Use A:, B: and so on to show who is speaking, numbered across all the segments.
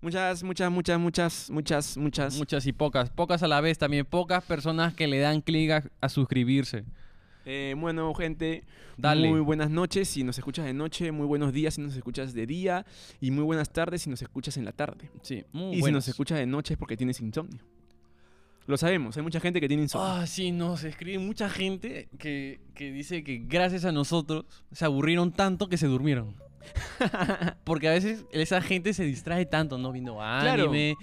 A: Muchas, muchas, muchas, muchas, muchas, muchas.
B: Muchas y pocas. Pocas a la vez también. Pocas personas que le dan clic a, a suscribirse.
A: Eh, bueno, gente,
B: Dale.
A: muy buenas noches si nos escuchas de noche, muy buenos días si nos escuchas de día y muy buenas tardes si nos escuchas en la tarde.
B: Sí, muy
A: y si
B: buenas.
A: nos escuchas de noche es porque tienes insomnio. Lo sabemos, hay mucha gente que tiene insomnio.
B: Ah, sí, nos escribe mucha gente que, que dice que gracias a nosotros se aburrieron tanto que se durmieron. Porque a veces esa gente se distrae tanto, ¿no? Viendo
A: Claro.
B: anime,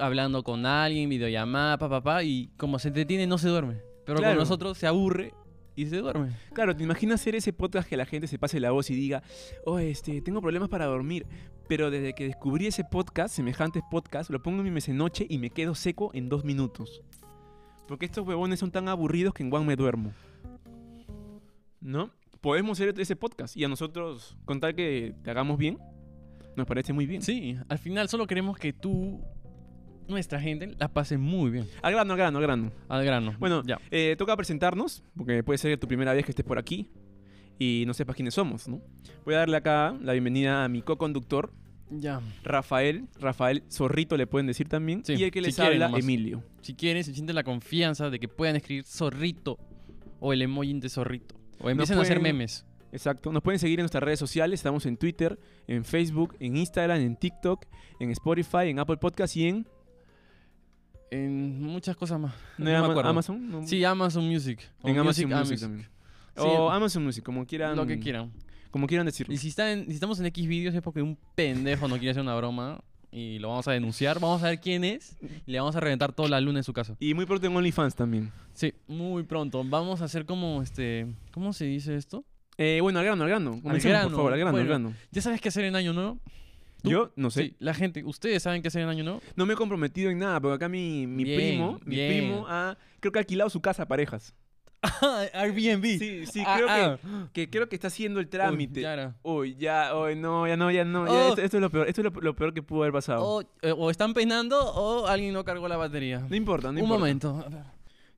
B: hablando con alguien, videollamada, papá, papá, y como se detiene no se duerme. Pero
A: Claro.
B: con nosotros se aburre y se duerme.
A: Claro, ¿te imaginas hacer ese podcast que la gente se pase la voz y diga, oh, este, tengo problemas para dormir? Pero desde que descubrí ese podcast, semejantes podcasts, lo pongo en mi mesenoche y me quedo seco en dos minutos. Porque estos huevones son tan aburridos que en One me duermo. ¿No? Podemos hacer ese podcast y a nosotros, con tal que te hagamos bien, nos parece muy bien.
B: Sí, al final solo queremos que tú, nuestra gente, la pase muy bien.
A: Al grano, al grano, al grano.
B: Al grano.
A: Bueno,
B: ya.
A: eh, toca presentarnos, porque puede ser tu primera vez que estés por aquí y no sepas quiénes somos, ¿no? Voy a darle acá la bienvenida a mi co-conductor,
B: Ya.
A: Rafael, Rafael Zorrito le pueden decir también.
B: Sí,
A: y el que
B: si
A: les
B: quieren
A: habla,
B: nomás.
A: Emilio.
B: Si quieren, si sienten la confianza de que puedan escribir zorrito o el emoji de zorrito. O empiecen a hacer
A: pueden-
B: memes.
A: Exacto. Nos pueden seguir en nuestras redes sociales. Estamos en Twitter, en Facebook, en Instagram, en TikTok, en Spotify, en Apple Podcast y en
B: En muchas cosas más.
A: ¿no
B: No
A: era
B: me
A: Ama-
B: acuerdo.
A: Amazon. ¿no?
B: Sí, Amazon Music. O
A: en Amazon Music,
B: Amis,
A: también.
B: Sí,
A: o Amazon Music, como quieran,
B: Lo que quieran.
A: como quieran decirlo.
B: Y si, están en- si estamos en X videos es porque un pendejo no quiere hacer una broma y lo vamos a denunciar. Vamos a ver quién es y le vamos a reventar toda la luna en su casa.
A: Y muy pronto en OnlyFans también.
B: Sí, muy pronto. Vamos a hacer como este. ¿Cómo se dice esto?
A: Eh, bueno, al grano, al grano. Comencemos, por
B: grano,
A: favor, al grano, al
B: bueno.
A: grano.
B: ¿Ya sabes qué hacer en Año Nuevo? ¿Tú?
A: Yo no sé.
B: Sí, la gente, ustedes saben qué hacer en Año Nuevo.
A: No me he comprometido en nada, pero acá mi, mi
B: Bien,
A: primo, mi
B: bien.
A: primo ha, creo que ha alquilado su casa a parejas.
B: Airbnb.
A: Sí, sí,
B: Ah,
A: creo
B: ah.
A: Que, que creo que está haciendo el
B: Uy,
A: trámite.
B: ya era.
A: Uy, ya, hoy no, ya no, ya no. ya,
B: Oh.
A: esto, esto es lo peor, esto es lo, lo peor que pudo haber pasado.
B: O, eh, o están peinando o alguien no cargó la batería.
A: No importa, no
B: Un
A: importa.
B: momento. a ver.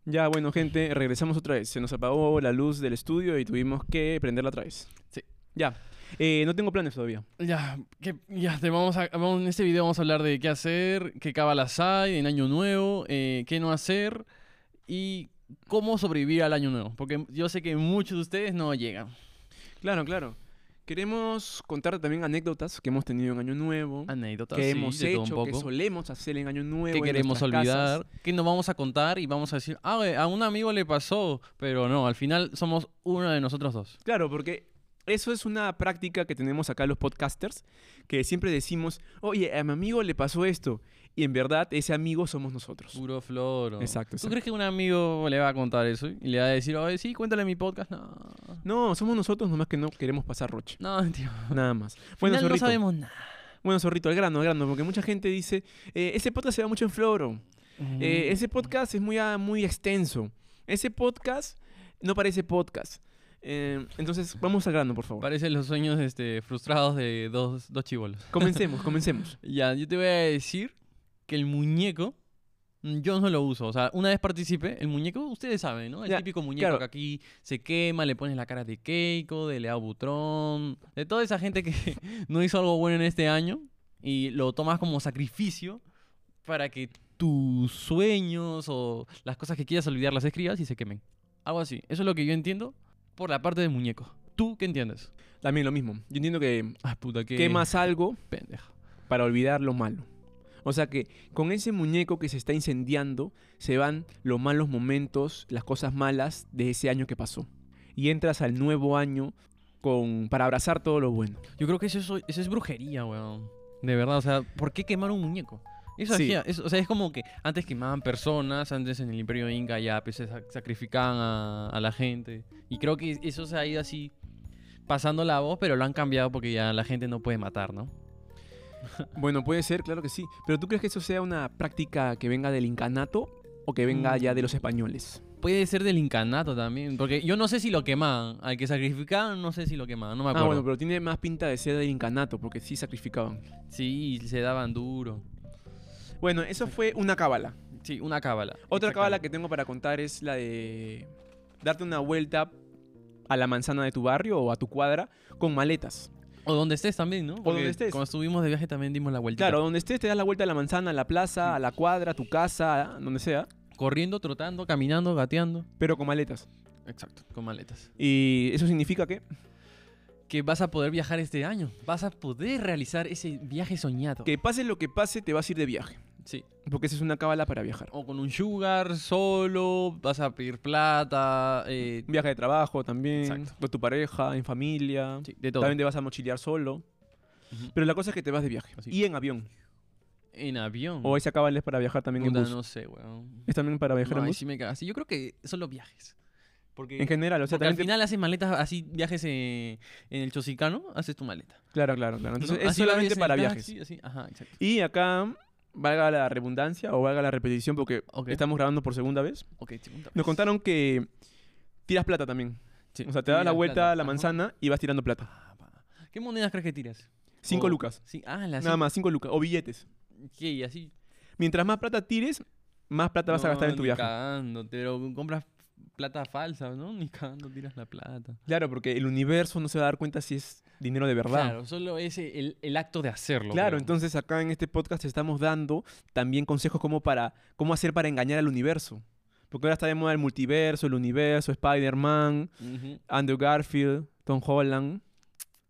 A: Ya, bueno, gente, regresamos otra vez. Se nos apagó la luz del estudio y tuvimos que prenderla otra vez.
B: Sí.
A: Ya. Eh, no tengo planes todavía.
B: Ya, que, ya te vamos a, vamos- en este video vamos a hablar de qué hacer, qué cábalas hay en Año Nuevo, eh, qué no hacer y cómo sobrevivir al Año Nuevo. Porque yo sé que muchos de ustedes no llegan.
A: Claro, claro. Queremos contar también anécdotas que hemos tenido en Año Nuevo,
B: Anécdotas
A: que
B: sí,
A: hemos
B: de todo un
A: hecho, que
B: poco.
A: solemos hacer en Año Nuevo.
B: que
A: en
B: queremos
A: nuestras casas.
B: olvidar, que nos vamos a contar y vamos a decir, ah, eh, a un amigo le pasó, pero no, al final somos uno de nosotros dos.
A: Claro, porque eso es una práctica que tenemos acá los podcasters, que siempre decimos, oye, a mi amigo le pasó esto, y en verdad ese amigo somos nosotros.
B: Puro floro.
A: Exacto,
B: ¿Tú
A: exacto.
B: crees que un amigo le va a contar eso y le va a decir, oye, sí, cuéntale mi podcast? No.
A: No, somos nosotros nomás que no queremos pasar roche.
B: No, tío.
A: Nada más.
B: Bueno,
A: Bueno,
B: no
A: zorrito,
B: sabemos nada.
A: bueno, zorrito, al grano, al grano, porque mucha gente dice, "Eh, ese podcast se da mucho en floro, eh, ese podcast es muy, ah, muy extenso, ese podcast no parece podcast. Eh, entonces, vamos al grano, por favor.
B: Parecen los sueños este, frustrados de dos, dos chivolos.
A: Comencemos, comencemos.
B: Ya, yo te voy a decir que el muñeco mm, yo no lo uso. O sea, una vez participé, el muñeco, ustedes saben, ¿no? El
A: Ya,
B: típico muñeco
A: claro.
B: que aquí se quema, le pones la cara de Keiko, de Leao Butrón, de toda esa gente que no hizo algo bueno en este año y lo tomas como sacrificio para que tus sueños o las cosas que quieras olvidar las escribas y se quemen. Algo así. Eso es lo que yo entiendo por la parte del muñeco. ¿Tú qué entiendes?
A: También lo mismo. Yo entiendo que
B: Ah, puta, qué,
A: quemas algo
B: pendejo.
A: para olvidar lo malo. O sea que con ese muñeco que se está incendiando se van los malos momentos, las cosas malas de ese año que pasó. Y entras al nuevo año con para abrazar todo lo bueno.
B: Yo creo que eso, es- eso es brujería, weón. De verdad, o sea, ¿por qué quemar un muñeco? Eso
A: Sí.
B: hacía, eso- o sea, es como que antes quemaban personas, antes en el Imperio Inca ya pues, se sac- sacrificaban a, a la gente. Y creo que eso se ha ido así pasando la voz, pero lo han cambiado porque ya la gente no puede matar, ¿no?
A: Bueno, puede ser, claro que sí. Pero ¿tú crees que eso sea una práctica que venga del incanato o que venga ya de los españoles?
B: Puede ser del incanato también, porque yo no sé si lo quemaban, al que sacrificaban no sé si lo quemaban, no me
A: Ah,
B: acuerdo.
A: bueno, pero tiene más pinta de ser del incanato porque sí sacrificaban.
B: Sí, se daban duro.
A: Bueno, eso fue una cábala.
B: Sí, una cábala.
A: Otra cábala
B: cábala
A: que tengo para contar es la de darte una vuelta a la manzana de tu barrio o a tu cuadra con maletas.
B: O donde estés también, ¿no? Porque
A: donde estés.
B: Cuando estuvimos de viaje también dimos la vuelta.
A: Claro, donde estés te das la vuelta a la manzana, a la plaza, a la cuadra, a tu casa, a donde sea,
B: Corriendo, trotando, caminando, gateando.
A: pero con maletas.
B: Exacto. Con maletas.
A: Y eso significa que,
B: Que vas a poder viajar este año. Vas a poder realizar ese viaje soñado.
A: que pase lo que pase, te vas a ir de viaje.
B: Sí.
A: Porque esa es una cábala para viajar.
B: O con un sugar, solo, vas a pedir plata. eh,
A: Un viaje de trabajo también,
B: Exacto.
A: con tu pareja, en familia.
B: sí, de todo.
A: También te vas a mochilear solo.
B: Ujú.
A: Pero la cosa es que te vas de viaje.
B: Así.
A: Y en avión.
B: En avión.
A: O esa cábala es para viajar también
B: Puta,
A: en bus.
B: no sé, weón.
A: Es también para viajar
B: No,
A: en
B: ahí
A: bus.
B: sí me cagaste. Yo creo que son los viajes. Porque,
A: En general, o sea,
B: porque al
A: también. te-
B: final haces maletas así, viajes eh, en el Chosicano, haces tu maleta.
A: Claro, claro, claro. Entonces
B: No,
A: es
B: así lo
A: solamente
B: haces en
A: para
B: el
A: viajes.
B: taxi, así, Ajá, exacto.
A: Y acá, valga la redundancia o valga la repetición, porque
B: Ok.
A: estamos grabando por segunda vez.
B: Ok, sí, punto.
A: Nos contaron que tiras plata también.
B: Sí,
A: O sea, te
B: tiras
A: das la vuelta
B: plata,
A: a la
B: ajá.
A: manzana y vas tirando plata.
B: Pa, pa. ¿Qué monedas crees que tiras?
A: Cinco
B: O-
A: lucas.
B: Sí, ah, las
A: Nada más, cinco lucas. O billetes.
B: Y así.
A: Mientras más plata tires, más plata vas a gastar en tu
B: ni
A: viaje.
B: Cagando, pero compras plata falsa, ¿no? Ni cagando tiras la plata.
A: Claro, porque el universo no se va a dar cuenta si es dinero de verdad. Claro,
B: Claro, solo es el, el acto de hacerlo. creo.
A: entonces acá en este podcast te estamos dando también consejos como para cómo hacer para engañar al universo. Porque ahora está de moda el multiverso, el universo, Spider-Man,
B: Ujú.
A: Andrew Garfield, Tom Holland,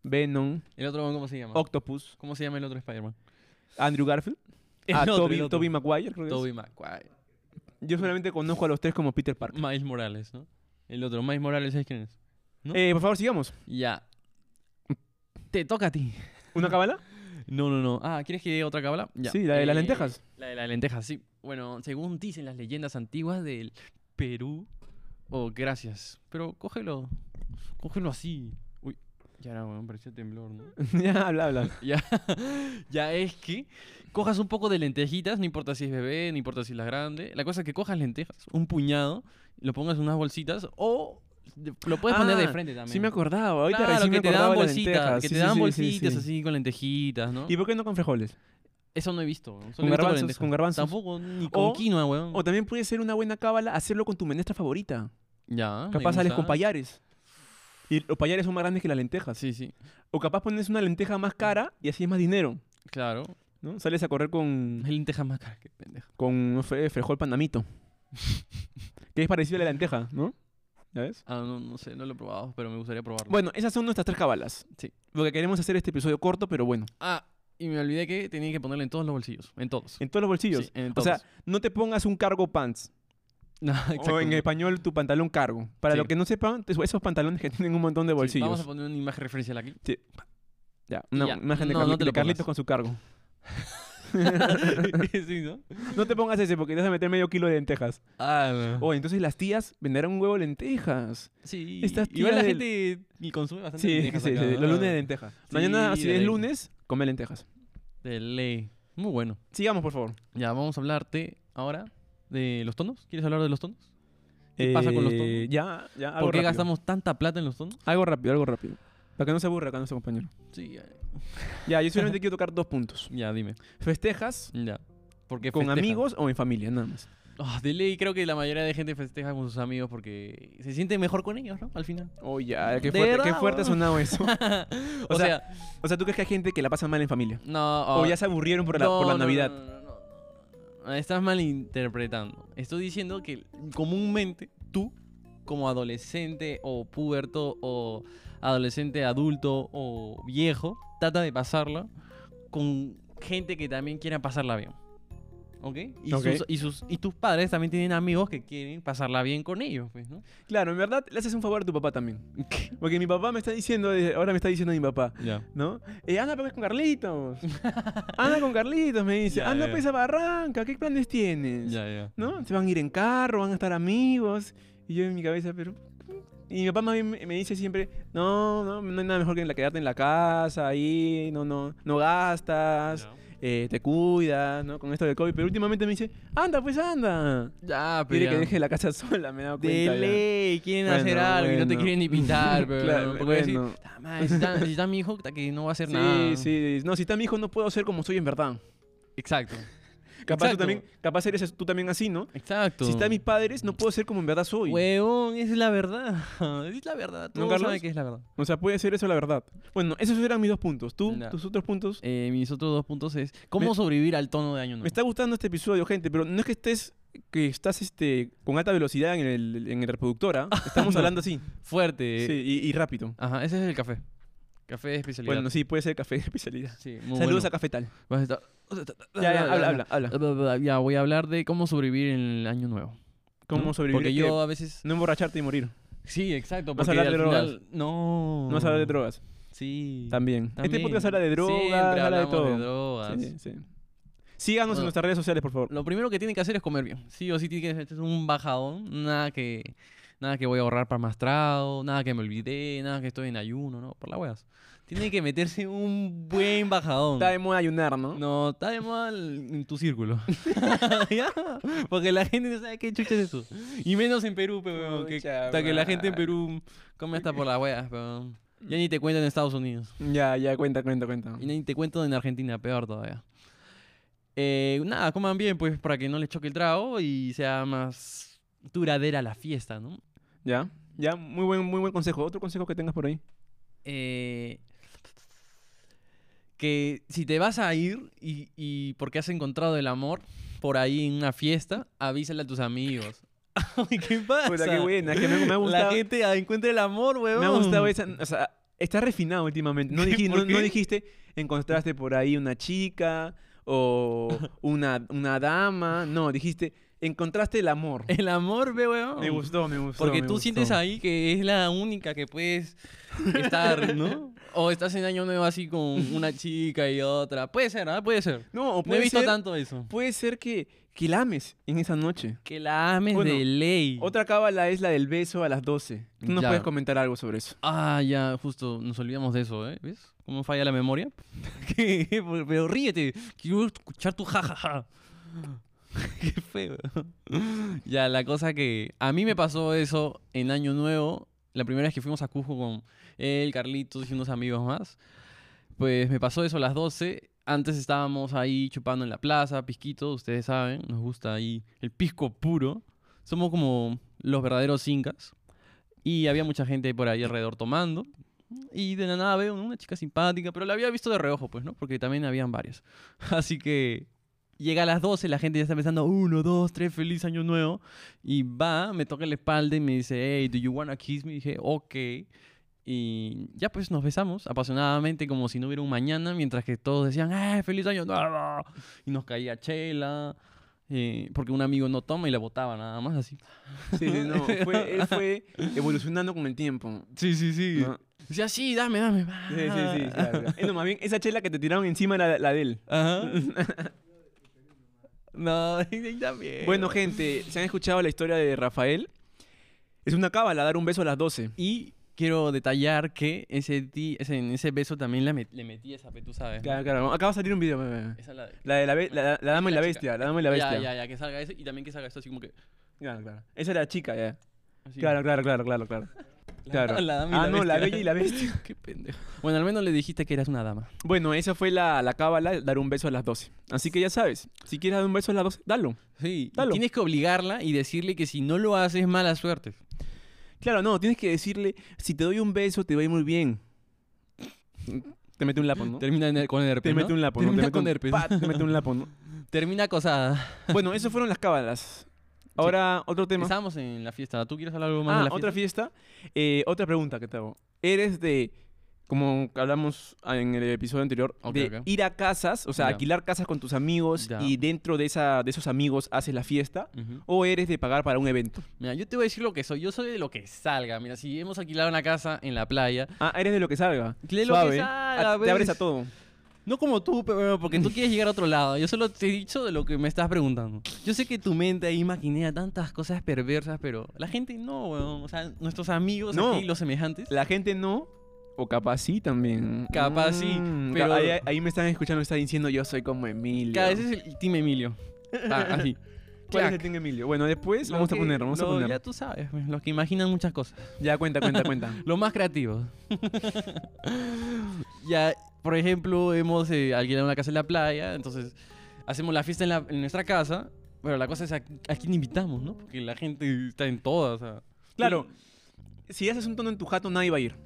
A: Venom,
B: ¿El otro cómo se llama?
A: Octopus,
B: ¿Cómo se llama el otro Spider-Man?
A: Andrew Garfield,
B: El
A: ah,
B: otro,
A: Toby,
B: el otro.
A: Tobey Maguire, creo que es.
B: Tobey Maguire.
A: Yo solamente conozco a los tres como Peter Parker.
B: Miles Morales, ¿no? El otro, Miles Morales, ¿sabes quién es? ¿no?
A: Eh, por favor, sigamos.
B: Ya.
A: Mm.
B: Te toca a ti.
A: ¿Una cábala?
B: No, no, no. Ah, ¿quieres que dé otra cábala? Ya.
A: Sí, la de las
B: Eh,
A: lentejas.
B: La de las lentejas, sí. Bueno, según dicen las leyendas antiguas del Perú. Oh, gracias. Pero cógelo. Cógelo así. Uy. Ya era, weón, parecía temblor, ¿no?
A: ya, habla, habla.
B: ya, ya es que cojas un poco de lentejitas, no importa si es bebé, no importa si es la grande. La cosa es que cojas lentejas, un puñado, lo pongas en unas bolsitas o de- lo puedes poner de
A: Ah,
B: frente también.
A: Sí me acordaba, ahorita
B: Claro,
A: recién
B: que
A: me
B: te
A: acordaba
B: dan
A: de las
B: bolsitas,
A: lentejas.
B: que
A: Sí, sí,
B: te dan
A: sí, sí,
B: bolsitas
A: sí.
B: así con lentejitas, ¿no?
A: ¿Y por qué no con frijoles?
B: Eso no he visto. weón. Solo
A: Con
B: he visto
A: garbanzos,
B: lentejas.
A: con garbanzos.
B: Tampoco, ni con
A: O-
B: quinoa, weón.
A: O también puede ser una buena cábala hacerlo con tu menestra favorita.
B: Ya. Mm, me
A: Capaz sales con
B: gusta.
A: payares. Y los payares son más grandes que las lentejas.
B: Sí, sí.
A: O capaz pones una lenteja más cara y así es más dinero.
B: Claro.
A: ¿no? Sales a correr con,
B: Hay lentejas más caras que pendejo.
A: con no sé, frijol panamito. que es parecido a la lenteja, ¿no? ¿Ya ves?
B: Ah, no, no sé, no lo he probado, pero me gustaría probarlo.
A: Bueno, esas son nuestras tres cábalas.
B: Sí.
A: Lo que queremos hacer este episodio corto, pero bueno.
B: Ah, y me olvidé que tenía que ponerle en todos los bolsillos. En todos.
A: En todos los bolsillos.
B: Sí, en
A: O sea,
B: todos.
A: no te pongas un cargo pants.
B: No,
A: O
B: exacto,
A: en
B: no.
A: español, tu pantalón cargo. Para
B: Sí.
A: los que no sepan, esos pantalones que tienen un montón de
B: Sí,
A: bolsillos.
B: vamos a poner una imagen referencial aquí.
A: Ya, una
B: Ya,
A: imagen de,
B: no, no
A: Carli-
B: te
A: de
B: lo
A: Carlitos
B: pongas.
A: con su cargo.
B: sí, ¿no?
A: No te pongas ese porque te vas a meter medio kilo de lentejas.
B: Ah, no.
A: Oh, entonces las tías venderán un huevo de lentejas.
B: Sí.
A: estas
B: Igual la
A: tías
B: gente y consume bastante.
A: Sí, sí,
B: lentejas
A: sí,
B: acá,
A: sí,
B: ¿no?
A: los lunes de lentejas.
B: Sí,
A: Mañana, si
B: de
A: es
B: ley.
A: lunes, come lentejas.
B: De ley. Muy bueno.
A: Sigamos, por favor.
B: Ya, vamos a hablarte ahora de los tonos. ¿Quieres hablar de los tonos? ¿Qué pasa con los
A: Eh,
B: tonos?
A: Ya, ya, algo
B: ¿Por qué
A: rápido.
B: gastamos tanta plata en los tonos?
A: Algo rápido, algo rápido. Para que no se aburra acá nuestro compañero.
B: Sí, ya,
A: Ya, yo solamente quiero tocar dos puntos.
B: ya, dime.
A: ¿Festejas
B: Ya. Porque
A: con amigos o en familia? Nada más.
B: de ley Ah, creo que la mayoría de gente festeja con sus amigos porque se siente mejor con ellos, ¿no? Al final.
A: Oh, ya, qué
B: De
A: fuerte, qué
B: verdad,
A: fuerte ha
B: weón.
A: sonado eso.
B: o,
A: O sea,
B: sea,
A: O sea, ¿tú crees que hay gente que la pasa mal en familia?
B: no.
A: O
B: ah,
A: ya se aburrieron por la, por la
B: No, no, no,
A: Navidad.
B: no, no, no, no, no. Estás malinterpretando. Estoy diciendo que comúnmente tú, como adolescente o puberto o adolescente adulto o viejo, trata de pasarla con gente que también quiera pasarla bien. ¿Ok? Y,
A: Ok.
B: Sus, y, sus, y tus padres también tienen amigos que quieren pasarla bien con ellos, pues, ¿no?
A: Claro, en verdad le haces un favor a tu papá también. Porque mi papá me está diciendo, eh, ahora me está diciendo mi papá,
B: Ya.
A: ¿no? Eh, anda pues con Carlitos. Anda con Carlitos, me dice.
B: Ya,
A: Anda
B: ya.
A: pues a Barranca, ¿qué planes tienes?
B: Ya, ya.
A: ¿No? Se van a ir en carro, van a estar amigos. Y yo en mi cabeza, pero... Y mi papá más bien me me dice siempre, no, no, no hay nada mejor que la- quedarte en la casa, ahí, no, no, no gastas, eh, te cuidas, ¿no? Con esto de COVID. Pero últimamente me dice, anda pues anda.
B: Ya, pero
A: Quiere que
B: ya.
A: deje la casa sola, me he dado cuenta.
B: De
A: ya.
B: ley, quieren
A: Bueno,
B: hacer algo y no te
A: bueno.
B: quieren invitar, pero
A: Claro,
B: porque va a decir,
A: bueno.
B: "Ta madre, si está, si está mi hijo, ta que no va a hacer
A: Sí,
B: nada.
A: sí. No, si está mi hijo, no puedo ser como soy en verdad.
B: Exacto.
A: Capaz, tú
B: Exacto.
A: también, capaz eres tú también así, ¿no?
B: Exacto.
A: Si están mis padres, no puedo ser como en verdad soy.
B: Huevón, es la verdad. Es la verdad.
A: ¿No,
B: Todos
A: Carlos?
B: saben que es la verdad.
A: O sea, puede ser eso la verdad. Bueno, esos eran mis dos puntos. ¿Tú?
B: Ya.
A: ¿Tus otros puntos?
B: Eh, mis otros dos puntos es cómo
A: Me-
B: sobrevivir al tono de año nuevo.
A: Me está gustando este episodio, gente, pero no es que estés que estás este con alta velocidad en el, en el reproductor, ¿ah? Estamos
B: No. Eh,
A: hablando así.
B: Fuerte.
A: Sí, y, y rápido.
B: Ajá, ese es el café. Café de especialidad.
A: Bueno, sí, puede ser café de especialidad.
B: Sí, muy
A: Saludos
B: bueno.
A: a Cafetal.
B: Vas a estar-
A: Ya, ya, habla, habla, habla.
B: Ya, voy a hablar de cómo sobrevivir en el año nuevo.
A: ¿Cómo
B: ¿no?
A: sobrevivir?
B: Porque
A: que
B: yo a veces...
A: No emborracharte y morir.
B: Sí, exacto.
A: Vas
B: Porque
A: a hablar
B: al
A: de drogas.
B: final- No.
A: No vas a
B: Mm.
A: hablar de drogas.
B: Sí.
A: También. Este podcast habla de drogas,
B: Siempre
A: habla de
B: hablamos
A: todo.
B: drogas.
A: Sí, sí. Síganos en
B: Bueno.
A: nuestras redes sociales, por favor.
B: Lo primero que tiene que hacer es comer bien. Sí o sí tiene que este es un bajadón, nada que nada que voy a ahorrar para más trago, nada que me olvidé, nada que estoy en ayuno, no, por las weas. Tiene que meterse un buen bajadón.
A: Está de moda ayunar, ¿no?
B: No, está de mal en tu círculo. Ya, Porque la gente no sabe qué chucha es eso. Y menos en Perú, pero que,
A: Pucha
B: hasta que la gente en
A: madre.
B: Perú come hasta por las weas, pero ya ni te cuentan en Estados Unidos.
A: Ya, ya, cuenta, cuenta, cuenta.
B: Y ni te cuento en Argentina, peor todavía. Eh, nada, coman bien, pues, para que no les choque el trago y sea más duradera la fiesta, ¿no?
A: Ya, ya, muy buen, muy buen consejo. Otro consejo que tengas por ahí.
B: Eh, que si te vas a ir y, y porque has encontrado el amor por ahí en una fiesta, avísale a tus amigos. Ay, ¿Qué pasa?
A: Puta, qué buena, que me, me ha
B: La
A: gustado.
B: gente ah, encuentra el amor, weón.
A: Me ha gustado esa. O sea, está refinado últimamente. No,
B: ¿Qué?
A: dijiste, no,
B: ¿Por
A: no
B: qué?
A: dijiste, encontraste por ahí una chica o una, una dama. No, dijiste, encontraste el amor.
B: El amor, ve, weón.
A: Me gustó, me gustó.
B: Eh, Porque
A: me
B: tú sientes
A: gustó.
B: ahí que es la única que puedes estar, ¿no? O estás en año nuevo así con una chica y otra. Puede ser, ¿ah? Puede ser.
A: No, o
B: No he
A: puede,
B: visto
A: ser,
B: tanto eso.
A: puede ser que, que la ames en esa noche.
B: Que la ames
A: Bueno,
B: de ley.
A: Otra cábala es la del beso a las 12. Tú nos
B: Ya.
A: puedes comentar algo sobre eso.
B: Ah, ya, justo, nos olvidamos de eso, ¿eh? ¿Ves? ¿Cómo falla la memoria? Que- Pero pero ríete, quiero escuchar tu jajaja. Qué feo. ya, la cosa que a mí me pasó eso en Año Nuevo, la primera vez que fuimos a Cusco con él, Carlitos y unos amigos más. Pues me pasó eso a las 12. Antes estábamos ahí chupando en la plaza, pisquito, ustedes saben, nos gusta ahí el pisco puro. Somos como los verdaderos incas. Y había mucha gente por ahí alrededor tomando. Y de la nada veo ¿no? una chica simpática, pero la había visto de reojo, pues, ¿no? Porque también habían varias. Así que llega a las 12, la gente ya está pensando, uno, dos, tres, feliz año nuevo. Y va, me toca la espalda y me dice, hey, do you wanna kiss me? Y dije, ok. Y ya pues nos besamos apasionadamente como si no hubiera un mañana, mientras que todos decían, ¡ay, feliz año nuevo! Y nos caía chela, eh, porque un amigo no toma y la botaba nada más así.
A: Sí, sí, no. Fue,
B: eh,
A: él fue evolucionando con el tiempo.
B: Sí, sí, sí.
A: ¿no?
B: Decía, sí, dame, dame. Ah.
A: Sí, sí, sí.
B: va".
A: claro, claro. Eh, no, más bien, esa chela que te tiraron encima era la, la de él.
B: Ajá. no, y también.
A: Bueno, gente, ¿se han escuchado la historia de Rafael? Es una cábala dar un beso a las 12.
B: Y quiero detallar que ese di- ese- en ese beso también la met- le metí esa, pe, tú sabes. ¿no?
A: Claro, claro. Acaba de salir un video. ve, ve, ve.
B: Esa es la de...
A: La de la, be- la- la- la dama y
B: La
A: la
B: chica.
A: bestia. La dama y la
B: Ya,
A: bestia.
B: ya, ya, que salga eso y también que salga esto así como que...
A: Claro, claro. Esa era la chica, ya.
B: así.
A: Claro, claro, claro, claro, claro. claro.
B: La dama y
A: ah,
B: la
A: no, la
B: bestia.
A: bella y la bestia.
B: Qué pendejo. Bueno, al menos le dijiste que eras una dama.
A: Bueno, esa fue la, la cábala, dar un beso a las 12. Así que ya sabes, si quieres dar un beso a las 12, dalo.
B: Sí. y
A: Dalo.
B: Tienes que obligarla y decirle que si no lo haces, mala suerte.
A: Claro, no, tienes que decirle, si te doy un beso, te va a ir muy bien. Te mete un lapo, ¿no? Te,
B: Termina en el- con herpes, ¿no?
A: mete un lapo, ¿no?
B: Termina
A: Te mete
B: con
A: un-
B: herpes.
A: pa, te mete un lapo, ¿no?
B: Termina acosada.
A: Bueno, esas fueron las cábalas. Ahora, otro tema.
B: Estábamos en la fiesta. ¿Tú quieres hablar algo más
A: Ah,
B: de la fiesta?
A: otra fiesta. Eh, otra pregunta que te hago. ¿Eres de, como hablamos en el episodio anterior,
B: Ok,
A: de
B: ok.
A: ir a casas, o sea,
B: Ya.
A: alquilar casas con tus amigos
B: Ya.
A: y dentro de, esa, de esos amigos haces la fiesta?
B: Ujú.
A: ¿O eres de pagar para un evento?
B: Mira, yo te voy a decir lo que soy. Yo soy de lo que salga. Mira, si hemos alquilado una casa en la playa.
A: Ah, eres de lo que salga.
B: De lo que
A: Suave.
B: salga, pues.
A: Ah, te abres
B: ves.
A: a todo.
B: No como tú, pero porque tú quieres llegar a otro lado. Yo solo te he dicho de lo que me estás preguntando. Yo sé que tu mente ahí maquinea tantas cosas perversas, pero la gente no, weón. O sea, nuestros amigos
A: No.
B: aquí, los semejantes.
A: La gente no. O capaz sí también.
B: Capaz sí,
A: Mm,
B: pero-
A: ahí, ahí me están escuchando, me están diciendo yo soy como Emilio.
B: Cada vez es el Team Emilio. Ah, así.
A: ¿Cuál es el
B: Clac.
A: Team Emilio? Bueno, después
B: Lo
A: vamos a
B: que-
A: poner, vamos a
B: lo-
A: poner.
B: Ya tú sabes, pues, los que imaginan muchas cosas.
A: ya cuenta, cuenta, cuenta.
B: Los más creativos. ya, por ejemplo, hemos eh, alquilado una casa en la playa, entonces hacemos la fiesta en, la- en nuestra casa, pero la cosa es a, a quién invitamos, ¿no? Porque la gente está en todas. o sea.
A: Claro, si haces un tono en tu jato, nadie va a ir.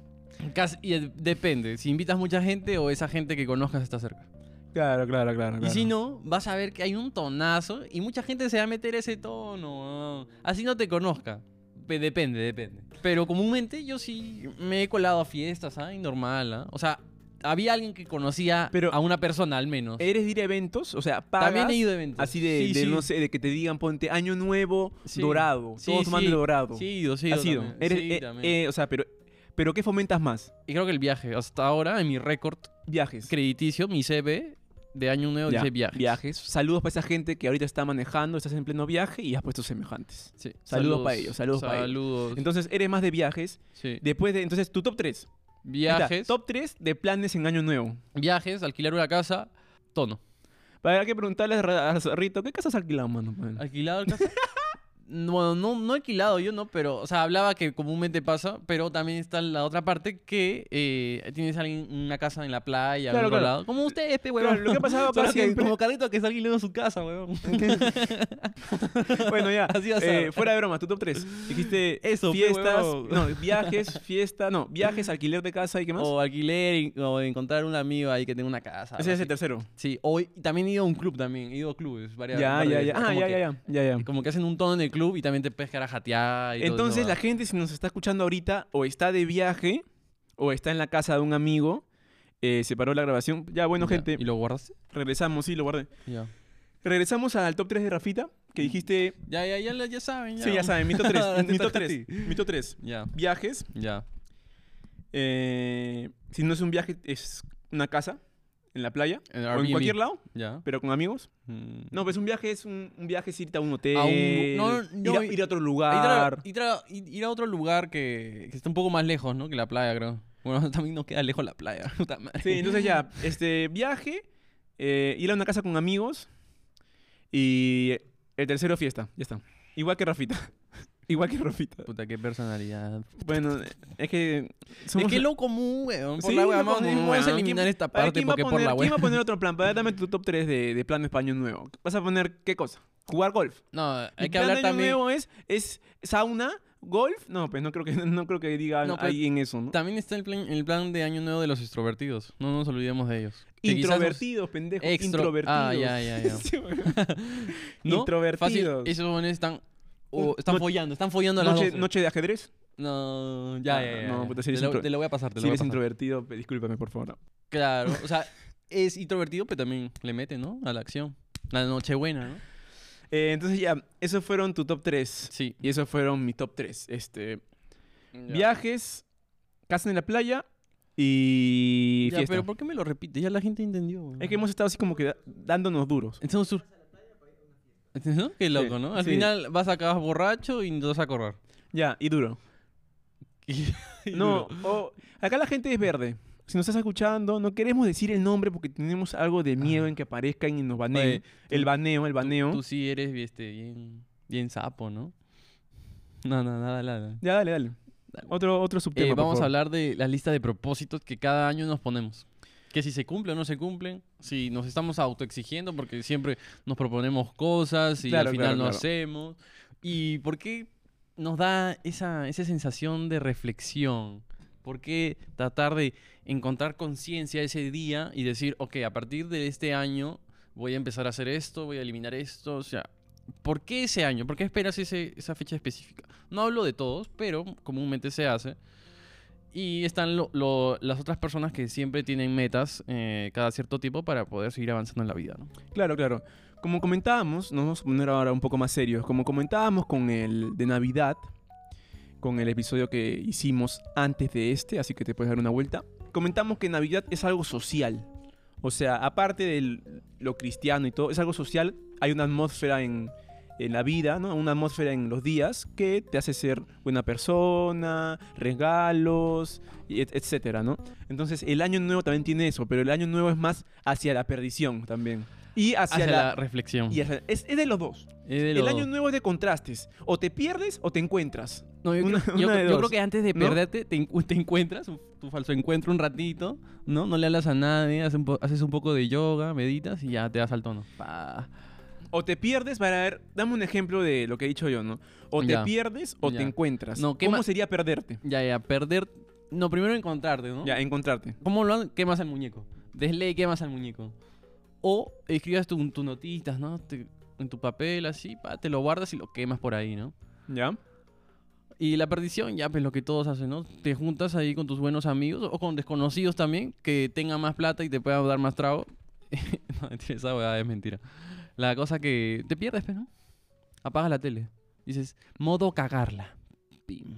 B: Casi- y eh, depende, si invitas mucha gente o esa gente que conozcas está cerca.
A: Claro, claro, Ah, claro.
B: Y si no, vas a ver que hay un tonazo y mucha gente se va a meter ese tono. weón. Así no te conozca. Pe- Depende, depende. Pero comúnmente yo sí me he colado a fiestas, ¿ah? Y normal, ¿ah? O sea, había alguien que conocía
A: Pero-
B: a una persona al menos.
A: ¿Eres de ir a eventos? O sea, pagas.
B: También he ido a eventos.
A: Así de,
B: Sí,
A: de,
B: sí.
A: no sé, de que te digan, ponte año nuevo,
B: Sí.
A: dorado.
B: Sí,
A: todos tomando
B: sí.
A: dorado.
B: Sí, he ido, sí, he
A: ha
B: ido
A: sido.
B: también.
A: Eres-
B: Sí,
A: eh,
B: también.
A: eh, o sea, pero, pero ¿qué fomentas más?
B: y creo que el viaje, hasta ahora, en mi récord
A: Viajes.
B: crediticio, mi CV de año nuevo
A: Ya,
B: dice viajes.
A: Saludos para esa gente que ahorita está manejando, estás en pleno viaje y has puesto semejantes.
B: Sí.
A: Saludos pa' ellos, saludos pa' ellos.
B: Saludos.
A: Entonces, eres más de viajes.
B: Pues sí.
A: Después de, entonces, tu top 3.
B: Viajes.
A: top 3 de planes en año nuevo.
B: Viajes, alquilar una casa, tono.
A: Para que preguntarle a Ra- a Rito, ¿qué casas alquilamos, mano? mano?
B: ¿Alquilado el casa? No, Bueno, no, no alquilado yo, ¿no? Pero, o sea, hablaba que comúnmente pasa, pero también está la otra parte que eh, tienes alguien, una casa en la playa,
A: Claro,
B: al otro
A: claro.
B: lado. Como usted, este
A: Claro,
B: huevón.
A: lo que pasaba
B: Solo
A: acá
B: que
A: siempre-
B: Como Carlito que está alquilando su casa, huevón.
A: Bueno, ya.
B: Así va a
A: eh,
B: ser.
A: fuera de broma, tu top 3. Dijiste
B: Eso, pe,
A: fiestas,
B: huevón.
A: no, viajes, fiesta, no, viajes, alquiler de casa y qué más.
B: O alquiler, y- o encontrar un amigo ahí que tenga una casa. algo
A: Ese es el
B: así.
A: tercero.
B: Sí, o y- también he ido a un club también, he ido a clubes varias
A: Ya,
B: varias
A: ya, ya.
B: veces.
A: Ah,
B: Como
A: ya,
B: que-
A: ya, ya, ya, ya.
B: Como que hacen un tono en el club y también te puedes quedar a jatear y todo eso,
A: Entonces,
B: ¿verdad?
A: la gente, si nos está escuchando ahorita, o está de viaje, o está en la casa de un amigo, eh, se paró la grabación. Ya, bueno,
B: Ya,
A: gente,
B: ¿Y lo guardaste?
A: regresamos, sí, lo guardé.
B: Ya.
A: Regresamos al top 3 de Rafita, que dijiste.
B: Ya, ya, ya, Mm. ya saben.
A: Sí, ya saben, mito 3.
B: Te
A: mito
B: toca a
A: 3. Mito 3.
B: Ya,
A: Viajes.
B: ya.
A: eh, si no es un viaje, es una casa en la playa. O
B: En
A: en
B: Airbnb.
A: cualquier lado,
B: Ya.
A: pero con amigos.
B: Mm.
A: No, pues un viaje es un, un viaje es irte a un hotel.
B: A un- no, no,
A: ir, a,
B: y-
A: ir a otro
B: E ir, a,
A: lugar.
B: ir a- ir a otro lugar que, que está un poco más lejos, ¿no? Que la playa, creo. Bueno, también nos queda lejos la playa. puta madre.
A: Sí, entonces ya, este viaje, eh, ir a una casa con amigos y el tercero fiesta, ya está. Igual que Rafita. Igual que Rafita.
B: Puta, qué personalidad.
A: Bueno, es que somos
B: Es que lo común, weón. Por
A: Sí,
B: la
A: lo
B: weá más
A: común,
B: común, Vamos a
A: weón.
B: eliminar esta
A: A ver,
B: parte
A: ¿quién va a
B: porque por
A: poner,
B: la
A: ¿Quién va
B: weá.
A: a poner otro plan? Para dame tu top 3 de, de plan de español nuevo. ¿Vas a poner qué cosa? ¿Jugar golf?
B: No, hay
A: Mi
B: que
A: plan
B: hablar
A: de año
B: también.
A: nuevo es, es sauna, golf. No, pues no creo que, no creo que diga
B: No, pues,
A: ahí en eso, ¿no?
B: También está el plan, el plan de año nuevo de los extrovertidos. No nos olvidemos de ellos. Que quizás nos-
A: Introvertidos, pendejo.
B: Extro-
A: Introvertidos.
B: Ah, ya, ya, ya.
A: Sí, weón.
B: ¿no?
A: Introvertidos.
B: Fácil, esos jóvenes están, o
A: Un-
B: están
A: no-
B: follando, están follando a las
A: noche,
B: 12.
A: noche de ajedrez.
B: No, ya,
A: Ah,
B: ya, ya.
A: no,
B: ya.
A: puta, si eres
B: te, lo,
A: intro-
B: te lo voy a pasar, te lo
A: Si
B: voy a
A: eres
B: pasar.
A: introvertido, pe- discúlpame, por favor.
B: Claro, o sea, es introvertido, pero también le mete, ¿no? A la acción. La nochebuena, ¿no?
A: Eh, entonces ya, esos fueron tu top 3.
B: Sí.
A: Y esos fueron mi top 3. Este, Viajes, casa en la playa y
B: Ya,
A: fiesta.
B: pero ¿por qué me lo repite? Ya la gente entendió. weón.
A: Es que hemos estado así como que da- dándonos duros.
B: Estamos sur- ¿No? Qué loco, ¿no? Al
A: sí.
B: final vas a acabar borracho y no vas a correr.
A: Ya, y duro.
B: Y- y
A: No,
B: duro.
A: o- acá la gente es verde. Si nos estás escuchando, no queremos decir el nombre porque tenemos algo de miedo en que aparezcan y nos baneen.
B: Oye,
A: el baneo, el baneo.
B: Tú sí eres este, bien, bien sapo, ¿no? No, no, nada, nada.
A: Ya, dale, dale.
B: Dale.
A: Otro, otro
B: Eh,
A: subtema. por
B: vamos
A: favor.
B: a hablar de la lista de propósitos que cada año nos ponemos. Que si se cumple o no se cumplen, si nos estamos autoexigiendo porque siempre nos proponemos cosas y
A: Claro,
B: al final
A: claro,
B: no
A: claro.
B: hacemos. ¿Y por qué nos da esa, esa sensación de reflexión? ¿Por qué tratar de encontrar conciencia ese día y decir, ok, a partir de este año voy a empezar a hacer esto, voy a eliminar esto? O sea, ¿por qué ese año? ¿Por qué esperas ese- esa fecha específica? No hablo de todos, pero comúnmente se hace. Y están lo- lo- las otras personas que siempre tienen metas eh, cada cierto tiempo para poder seguir avanzando en la vida. ¿no?
A: Claro, claro. Como comentábamos, nos vamos a poner ahora un poco más serios. Como comentábamos con el de Navidad, con el episodio que hicimos antes de este, así que te puedes dar una vuelta. Comentamos que Navidad es algo social. O sea, aparte de lo cristiano y todo, es algo social. Hay una atmósfera en, en la vida, ¿no? Una atmósfera en los días que te hace ser buena persona, regalos, y et- etcétera, ¿no? Entonces, el año nuevo también tiene eso, pero el año nuevo es más hacia la perdición también. y hacia,
B: hacia
A: la...
B: la reflexión.
A: y hacia- es, es de los dos.
B: Es de
A: El
B: los
A: año
B: dos.
A: nuevo es de contrastes. O te pierdes o te encuentras.
B: No, yo,
A: Una-
B: creo,
A: una
B: yo-
A: de
B: yo
A: dos,
B: creo que antes de
A: ¿no?
B: perderte te, encu- te encuentras, un- tu falso encuentro un ratito, ¿no? No le hablas a nadie, haces un, po- haces un poco de yoga, meditas y ya te das al tono. Pa.
A: O te pierdes, para ver, dame un ejemplo de lo que he dicho yo, ¿no? O te
B: Ya.
A: pierdes o
B: Ya.
A: te encuentras.
B: No, ¿qué
A: ¿Cómo
B: ma-
A: sería perderte?
B: Ya, ya, perder... No, primero encontrarte, ¿no?
A: Ya, encontrarte.
B: ¿Cómo lo han- quemas al muñeco? Desley quemas al muñeco. O escribas tus notitas, ¿no? Te- en tu papel, así, pa, te lo guardas y lo quemas por ahí, ¿no?
A: ¿Ya?
B: Y la perdición, ya, pues lo que todos hacen, ¿no? Te juntas ahí con tus buenos amigos o con desconocidos también que tengan más plata y te puedan dar más trago. no, mentira, esa huevada es mentira. La cosa que te pierdes, pues, ¿no? Apagas la tele. Dices, modo cagarla. Pim.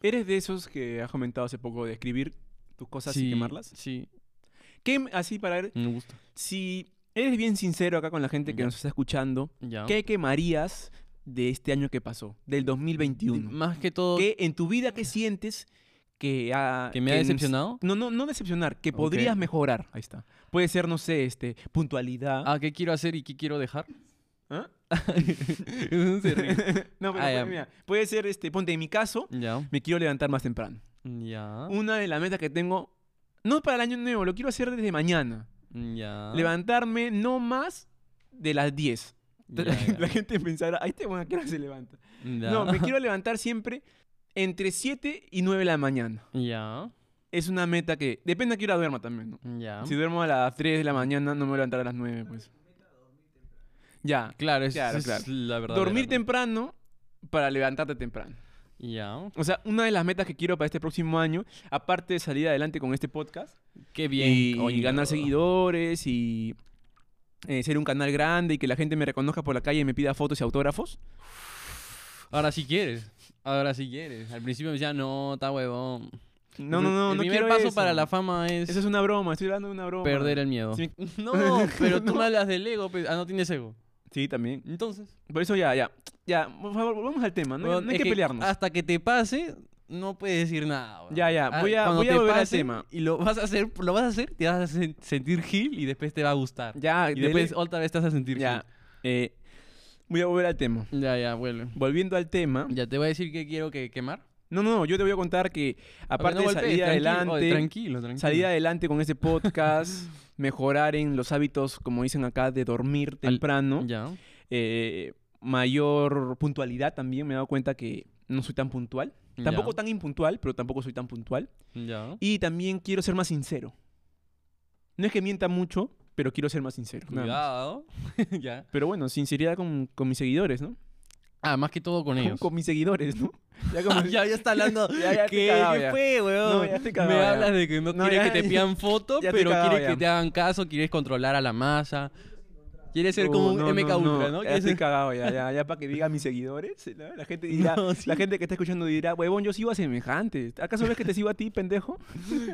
A: ¿Eres de esos que has comentado hace poco de escribir tus cosas y
B: Sí,
A: quemarlas?
B: Sí,
A: ¿Qué, así para ver,
B: me gusta.
A: si eres bien sincero acá con la gente que
B: Ya.
A: nos está escuchando,
B: Ya.
A: ¿qué quemarías de este año que pasó, del 2021?
B: Más que todo,
A: ¿Qué en tu vida qué sientes que, ha-
B: que me ha
A: que-
B: decepcionado.
A: No, no, no decepcionar, que
B: Ok.
A: podrías mejorar. Ahí está. Puede ser, no sé, este, puntualidad.
B: ¿A ah, qué quiero hacer y qué quiero dejar?
A: ¿Ah?
B: Se ríe.
A: no, pero
B: Ah,
A: puede,
B: ya.
A: mira, puede ser, este, ponte, en mi caso,
B: ya,
A: me quiero levantar más temprano.
B: ya,
A: Una de las metas que tengo, no para el año nuevo, lo quiero hacer desde mañana. Ah.
B: ya.
A: Levantarme no más de las 10.
B: ya,
A: La,
B: ya,
A: gente pensará, ahí te bueno, ¿a qué hora se levanta? No,
B: ya,
A: me quiero levantar siempre entre 7 y 9 de la mañana.
B: Ya,
A: Es una meta que, depende a qué hora duerma también, ¿no?
B: ya.
A: Si duermo a las 3 de la mañana, no me voy a levantar a las 9, pues. Ya.
B: Claro, es,
A: Claro,
B: es
A: claro.
B: la verdad.
A: Dormir temprano para levantarte temprano.
B: Ya.
A: O sea, una de las metas que quiero para este próximo año, aparte de salir adelante con este podcast
B: Qué
A: y,
B: bien.
A: y
B: coño.
A: ganar seguidores y eh, ser un canal grande y que la gente me reconozca por la calle y me pida fotos y autógrafos.
B: Ahora sí quieres. Ahora sí quieres. Al principio me decía, no, está huevón.
A: No, no, no,
B: El
A: no
B: primer
A: quiero
B: paso
A: eso.
B: para la fama es,
A: Eso es una broma, estoy hablando de una broma.
B: perder el miedo.
A: Sí.
B: No, pero tú me hablas del ego. pues. Ah, no tienes ego.
A: Sí, también.
B: Entonces.
A: Por eso ya, ya. Ya, por favor, volvamos al tema. No, hay-
B: huevón,
A: no hay
B: es
A: que pelearnos.
B: Hasta que te pase, no puedes decir nada. huevón.
A: Ya, ya,
B: Ah,
A: voy a-
B: cuando
A: voy a
B: te
A: volver al
B: pase
A: tema.
B: Y lo vas a hacer, lo vas a hacer, te vas a sen- sentir gil y después te va a gustar.
A: Ya,
B: y
A: dele-
B: después otra vez te vas a sentir
A: Ya. eh, voy a volver al tema.
B: gil. Ya, ya, vuelve.
A: Volviendo al tema.
B: Ya te voy a decir que quiero que quemar.
A: No, no, yo te voy a contar que aparte
B: Para que no
A: de
B: golpees,
A: salir
B: tranquilo,
A: adelante,
B: oye, Tranquilo, tranquilo.
A: salir adelante con este podcast, mejorar en los hábitos, como dicen acá, de dormir temprano,
B: Ya.
A: eh, mayor puntualidad también. Me he dado cuenta que no soy tan puntual. Tampoco
B: ya,
A: tan impuntual, pero tampoco soy tan puntual.
B: Ya.
A: Y también quiero ser más sincero. No es que mienta mucho, pero quiero ser más sincero. nada más.
B: Cuidado. ya.
A: Pero bueno, sinceridad con, con mis seguidores, ¿no?
B: Ah, más que todo con
A: Con,
B: ellos.
A: con mis seguidores, ¿no? Ya como-
B: Ah, ya, ya está hablando.
A: Ya, ya estoy
B: ¿Qué,
A: cagado,
B: ¿Qué
A: ya.
B: fue, weón?
A: No, ya estoy
B: Me
A: cagado, ya.
B: hablas de que no,
A: No,
B: quieres
A: ya,
B: que te
A: ya.
B: pidan foto,
A: Ya estoy
B: pero
A: cagado,
B: quieres
A: ya.
B: que te hagan caso, quieres controlar a la masa. Quieres ser como
A: Uh,
B: un
A: no,
B: MK
A: no,
B: Ultra,
A: no,
B: ¿no?
A: Ya
B: Quieres
A: estoy
B: ser-
A: cagado, ya, ya, ya para que diga a mis seguidores. ¿no? La gente dirá,
B: No, sí.
A: la gente que está escuchando dirá, huevón, yo sigo a semejante. ¿Acaso ves que te sigo a ti, pendejo?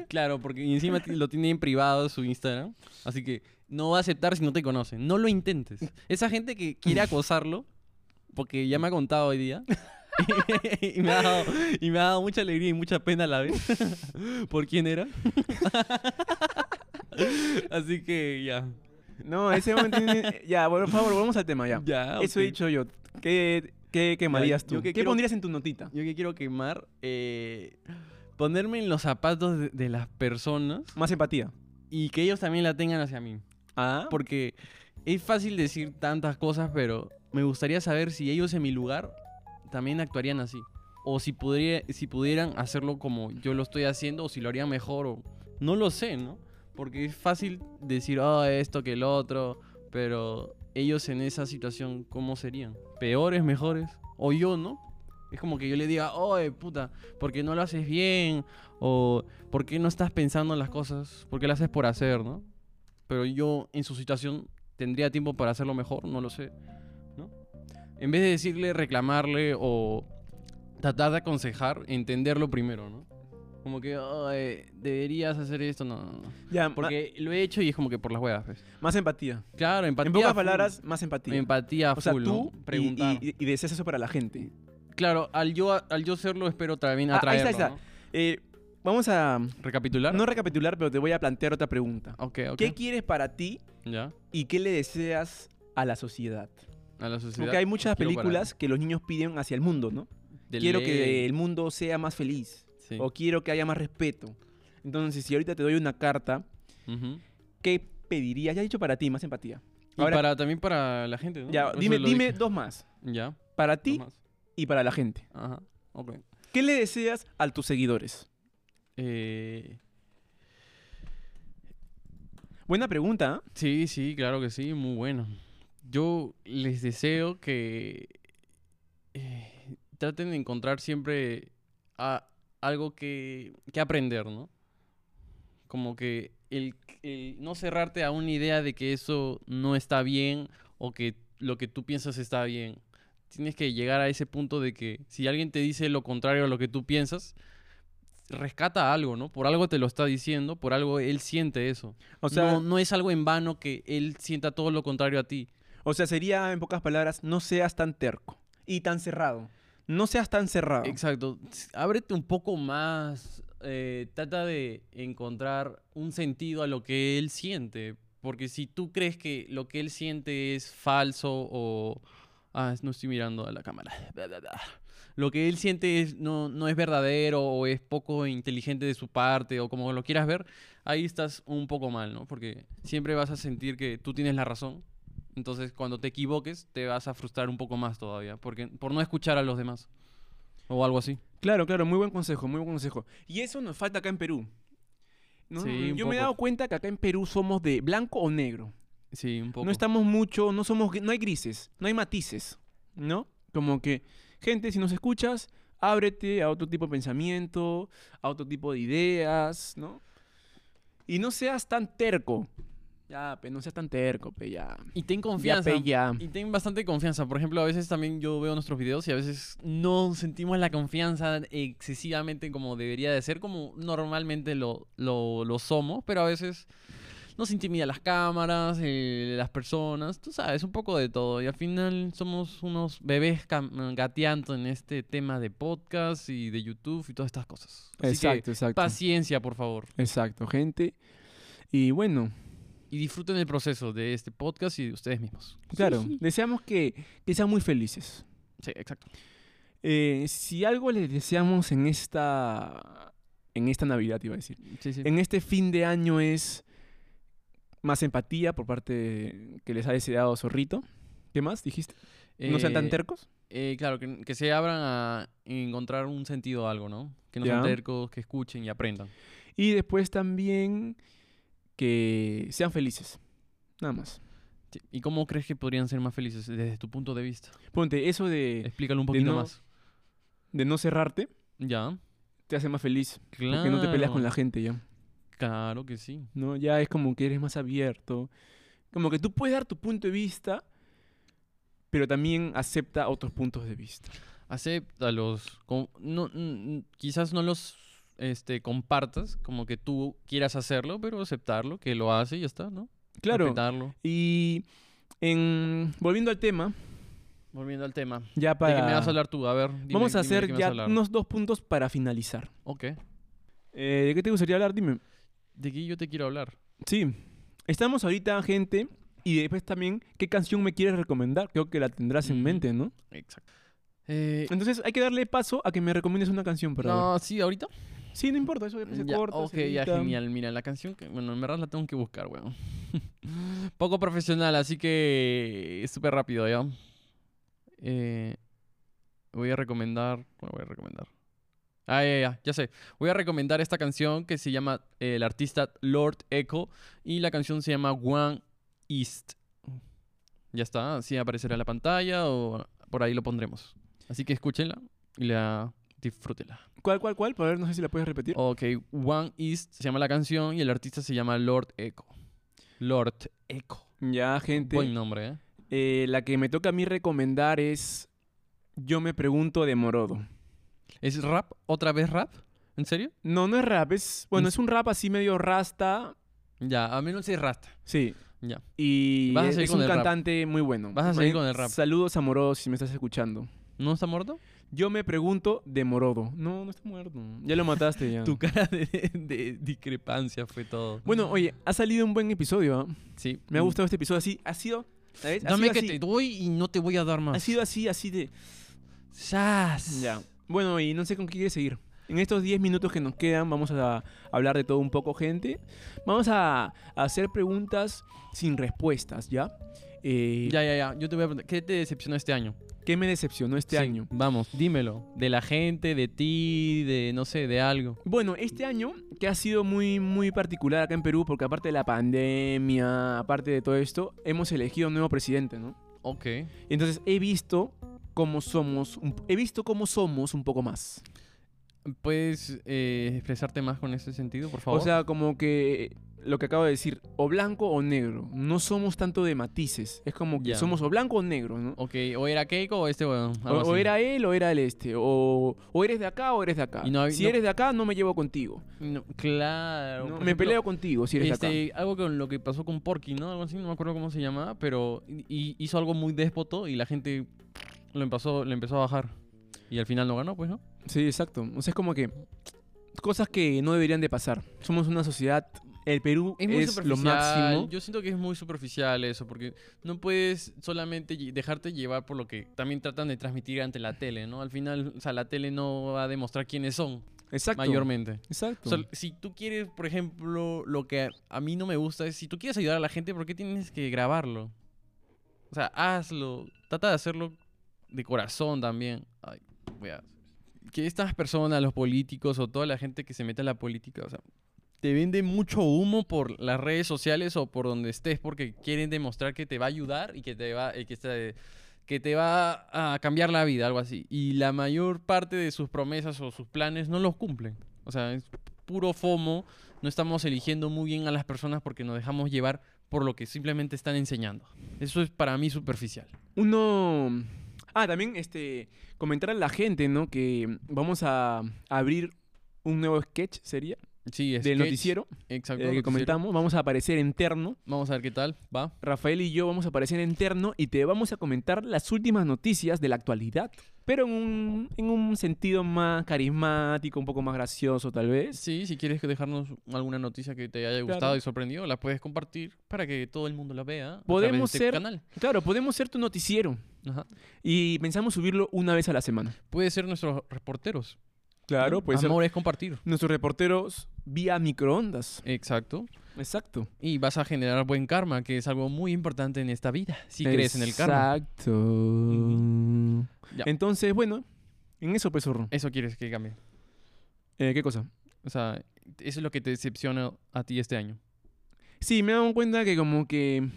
B: Claro, porque encima ti- lo tiene en privado su Instagram. Así que no va a aceptar si no te conoce. No lo intentes. Esa gente que quiere acosarlo, porque ya me ha contado hoy día. y, me ha dado, y me ha dado mucha alegría y mucha pena a la vez. ¿Por quién era? Así que ya.
A: No, ese huevón tiene. Ya, por favor, volvamos al tema ya.
B: Ya,
A: Eso he
B: ok.
A: dicho yo. ¿Qué, qué quemarías tú?
B: yo que
A: ¿Qué
B: quiero-
A: pondrías en tu notita?
B: Yo que quiero quemar. eh, ponerme en los zapatos de- de las personas
A: Más empatía.
B: y que ellos también la tengan hacia mí.
A: Ah,
B: Porque es fácil decir tantas cosas, pero me gustaría saber si ellos en mi lugar también actuarían así. O si, podría, si pudieran hacerlo como yo lo estoy haciendo, o si lo harían mejor, o no lo sé, ¿no? Porque es fácil decir, oh, esto que el otro, pero ellos en esa situación, ¿cómo serían? ¿Peores, mejores? O yo, ¿no? Es como que yo le diga, oye, puta, ¿por qué no lo haces bien? O ¿por qué no estás pensando en las cosas? ¿Por qué las haces por hacer, no? Pero yo en su situación tendría tiempo para hacerlo mejor, no lo sé. ¿no? En vez de decirle, reclamarle o tratar de aconsejar, entenderlo primero, ¿no? Como que, "Ay, deberías hacer esto, no, no, no.
A: ya, ma-
B: Porque lo he hecho y es como que por las huevas, pues.
A: más empatía.
B: Claro, empatía.
A: En pocas
B: full.
A: palabras, más empatía.
B: Empatía
A: o sea,
B: full,
A: tú
B: ¿no?
A: y- y-
B: Preguntar.
A: y, y deseas eso para la gente.
B: Claro, al yo, al yo serlo espero también
A: Ah, ahí está, ahí
B: atraerlo,
A: está. Eh, vamos a
B: ¿no? ¿Recapitular?
A: no recapitular, pero te voy a plantear otra pregunta.
B: Ok, ok.
A: ¿Qué quieres para ti
B: ¿Ya?
A: ¿Y qué le deseas a la sociedad?
B: A la sociedad.
A: Porque hay muchas
B: quiero parar.
A: películas que los niños piden hacia el mundo, ¿no?
B: de
A: quiero
B: ley.
A: que el mundo sea más feliz
B: Sí.
A: o quiero que haya más respeto. Entonces, si ahorita te doy una carta,
B: Ujú.
A: ¿qué pedirías? Ya he dicho para ti, más empatía.
B: Y
A: Ahora-
B: para, también para la gente, ¿no?
A: Ya,
B: Eso
A: dime,
B: lo
A: dime
B: dije.
A: dos más.
B: Ya.
A: Para ti
B: nomás.
A: y para la gente.
B: Ajá. Ok.
A: ¿Qué le deseas a tus seguidores?
B: Eh,
A: Buena pregunta, ¿eh?
B: sí, sí, claro que sí, muy bueno. Yo les deseo que eh, traten de encontrar siempre a- algo que, que aprender, ¿no? Como que el, el no cerrarte a una idea de que eso no está bien o que lo que tú piensas está bien. Tienes que llegar a ese punto de que si alguien te dice lo contrario a lo que tú piensas, rescata algo, ¿no? Por algo te lo está diciendo, por algo él siente eso.
A: O sea,
B: no, no es algo en vano que él sienta todo lo contrario a ti.
A: o sea, sería en pocas palabras, no seas tan terco y tan cerrado. No seas tan cerrado.
B: Exacto. S- Ábrete un poco más. eh, trata de encontrar un sentido a lo que él siente. Porque si tú crees que lo que él siente es falso o... Ah, no estoy mirando a la cámara. Bla, bla, bla. Lo que él siente es, no, no es verdadero o es poco inteligente de su parte o como lo quieras ver, ahí estás un poco mal, ¿no? Porque siempre vas a sentir que tú tienes la razón. Entonces, cuando te equivoques, te vas a frustrar un poco más todavía porque, por no escuchar a los demás. O algo así.
A: Claro, claro, muy buen consejo, muy buen consejo. Y eso nos falta acá en Perú. No,
B: Sí,
A: yo
B: un
A: me he
B: poco.
A: dado cuenta que acá en Perú somos de blanco o negro.
B: Sí, un poco.
A: No estamos mucho, no somos, gri- no hay grises, no hay matices, ¿no? Como que, gente, si nos escuchas, ábrete a otro tipo de pensamiento, a otro tipo de ideas, ¿no? Y no seas tan terco. Ya, pe, no seas tan terco, pe, ya.
B: Y ten
A: Ya,
B: confianza.
A: pe, ya.
B: Y ten bastante confianza. Por ejemplo, a veces también yo veo nuestros videos y a veces no sentimos la confianza excesivamente como debería de ser, como normalmente lo, lo, lo somos, pero a veces nos intimida las cámaras, eh, las personas, tú sabes, un poco de todo. Y al final somos unos bebés cam- gateando en este tema de podcast y de YouTube y todas estas cosas. Así
A: Exacto,
B: que
A: exacto.
B: paciencia, por favor.
A: Exacto, gente. Y bueno,
B: Y disfruten el proceso de este podcast y de ustedes mismos.
A: claro, deseamos que, que sean muy felices.
B: Sí, exacto.
A: Eh, si algo les deseamos en esta, en esta Navidad, iba a decir.
B: Sí, sí.
A: en este fin de año es más empatía por parte de- que les ha deseado Zorrito. ¿Qué más dijiste? No sean tan
B: Eh,
A: tercos.
B: Eh, claro, que, que se abran a encontrar un sentido a algo, ¿no? Que no sean
A: Ya.
B: tercos, que escuchen y aprendan.
A: Y después también que sean felices. Nada más.
B: Sí. ¿Y cómo crees que podrían ser más felices desde tu punto de vista?
A: Ponte, eso de,
B: Explícalo un
A: de
B: poquito
A: no-
B: más.
A: de no cerrarte
B: Ya,
A: te hace más feliz.
B: claro.
A: Porque no te peleas con la gente ya.
B: Claro que sí.
A: ¿no? Ya es como que eres más abierto. Como que tú puedes dar tu punto de vista, pero también acepta otros puntos de vista.
B: Acéptalos. con- no, mm, quizás no los este, compartas como que tú quieras hacerlo, pero aceptarlo, que lo hace y ya está, ¿no?
A: Claro.
B: Respetarlo.
A: Y en, volviendo al tema,
B: Volviendo al tema.
A: ya para...
B: ¿De qué me vas a hablar tú? A ver. dime-
A: Vamos a
B: dime de
A: hacer
B: qué me vas
A: ya
B: a hablar.
A: unos dos puntos para finalizar.
B: Ok.
A: Eh, ¿De qué te gustaría hablar? Dime.
B: ¿De qué yo te quiero hablar?
A: Sí. Estamos ahorita, gente, y después también, ¿qué canción me quieres recomendar? Creo que la tendrás en
B: Ujú.
A: mente, ¿no?
B: Exacto. Eh,
A: Entonces hay que darle paso a que me recomiendes una canción para ver.
B: no, sí, ahorita.
A: Sí, no importa, eso después se
B: Ya,
A: corta.
B: ok,
A: se
B: ya
A: edita.
B: genial. Mira, la canción que. Bueno, en verdad la tengo que buscar, weón. Poco profesional, así que. es Súper rápido, ya. Eh, voy a recomendar. ¿Cuál voy a recomendar? Ah, ya, ya, ya sé. Voy a recomendar esta canción que se llama eh, el artista Lord Echo y la canción se llama One East. Ya está, así aparecerá en la pantalla o por ahí lo pondremos. Así que escúchenla y la disfrútenla.
A: ¿Cuál, cuál, cuál? Para ver, no sé si la puedes repetir.
B: Ok, One East se llama la canción y el artista se llama Lord Echo. Lord Echo.
A: Ya, gente.
B: Buen nombre, ¿eh?
A: eh, la que me toca a mí recomendar es Yo me pregunto de Morodo.
B: ¿Es rap? ¿Otra vez rap? ¿En serio?
A: No, no es rap, es... Bueno,
B: Mm.
A: es un rap así medio rasta.
B: Ya, a mí no se rasta.
A: Sí.
B: Ya.
A: Y
B: Vas a
A: es,
B: seguir
A: es
B: con
A: un
B: el rap.
A: cantante muy bueno.
B: Vas a
A: Más
B: seguir
A: bien,
B: con el rap.
A: Saludos amorosos si me estás escuchando.
B: ¿No está muerto?
A: Yo me pregunto de Morodo. No, no está muerto. Ya lo mataste ya.
B: Tu cara de, de discrepancia fue todo.
A: Bueno, oye, ha salido un buen episodio. ¿ah?
B: sí.
A: Me ha gustado este episodio. Así, ha sido. ¿sabes? Ha
B: Dame
A: sido
B: que
A: así.
B: te doy y no te voy a dar más.
A: Ha sido así, así de.
B: ¡Sas!
A: Ya. Bueno, y no sé con qué quieres seguir. En estos 10 minutos que nos quedan vamos a hablar de todo un poco, gente. Vamos a, a hacer preguntas sin respuestas, ¿ya? Eh,
B: Ya, ya, ya. Yo te voy a preguntar, ¿qué te decepcionó este año?
A: ¿Qué me decepcionó este
B: Sí,
A: año?
B: Vamos, dímelo. De la gente, de ti, de no sé, de algo.
A: Bueno, este año que ha sido muy, muy particular acá en Perú, porque aparte de la pandemia, aparte de todo esto, hemos elegido un nuevo presidente, ¿no?
B: Ok.
A: Entonces he visto cómo somos, un- he visto cómo somos un poco más.
B: ¿Puedes eh, expresarte más con ese sentido, por favor?
A: O sea, como que eh, lo que acabo de decir, o blanco o negro. No somos tanto de matices. Es como que
B: Ya.
A: somos o blanco o negro, ¿no?
B: ok, o era Keiko o este weón.
A: O,
B: algo
A: o
B: así.
A: era él o era el este. O, o eres de acá o eres de acá.
B: Y no hay-
A: si
B: no-
A: eres de acá, no me llevo contigo.
B: No, claro.
A: No,
B: por
A: me
B: ejemplo,
A: peleo contigo si eres de acá.
B: este, algo con lo que pasó con Porky, ¿no? Algo así, no me acuerdo cómo se llamaba, pero y- y hizo algo muy déspoto y la gente lo empezó, le empezó a bajar. Y al final no ganó, pues, ¿no?
A: Sí, exacto. O sea, es como que cosas que no deberían de pasar. Somos una sociedad. El Perú
B: Es muy
A: es, lo
B: superficial.
A: máximo.
B: Yo siento que es muy superficial eso, porque no puedes solamente lle- dejarte llevar por lo que también tratan de transmitir ante la tele, ¿no? Al final, o sea, la tele no va a demostrar quiénes son,
A: Exacto.
B: mayormente.
A: Exacto.
B: O sea, si tú quieres, por ejemplo, lo que a- a mí no me gusta es, si tú quieres ayudar a la gente, ¿por qué tienes que grabarlo? O sea, hazlo. Trata de hacerlo de corazón también. Ay, voy a- Que estas personas, los políticos o toda la gente que se mete a la política, o sea, te vende mucho humo por las redes sociales o por donde estés porque quieren demostrar que te va a ayudar y que te va, eh, que te- que te va a cambiar la vida, algo así. Y la mayor parte de sus promesas o sus planes no los cumplen. O sea, es puro FOMO. No estamos eligiendo muy bien a las personas porque nos dejamos llevar por lo que simplemente están enseñando. Eso es para mí superficial.
A: Uno. Ah, también este. Comentar a la gente, ¿no? Que vamos a abrir un nuevo sketch, sería.
B: Sí, es
A: del noticiero.
B: Exacto.
A: El que
B: noticiero.
A: comentamos. Vamos a aparecer en terno.
B: Vamos a ver qué tal va.
A: Rafael y yo vamos a aparecer en terno y te vamos a comentar las últimas noticias de la actualidad. Pero en un, en un sentido más carismático, un poco más gracioso, tal vez.
B: Sí, si quieres dejarnos alguna noticia que te haya gustado
A: Claro.
B: y sorprendido, la puedes compartir para que todo el mundo la vea. a través de
A: Podemos
B: este
A: ser-
B: canal.
A: Claro, podemos ser tu noticiero.
B: Ajá.
A: Y pensamos subirlo una vez a la semana.
B: Puede ser nuestros reporteros.
A: Claro,
B: pues Amor es compartir.
A: Nuestros reporteros vía microondas.
B: Exacto.
A: Exacto.
B: Y vas a generar buen karma, que es algo muy importante en esta vida, si crees en el karma.
A: Exacto.
B: Ya.
A: Entonces, bueno, en eso, pues, zorro.
B: Eso quieres que cambie.
A: Eh, ¿Qué cosa?
B: O sea, eso es lo que te decepciona a ti este año.
A: Sí, me he dado cuenta que como que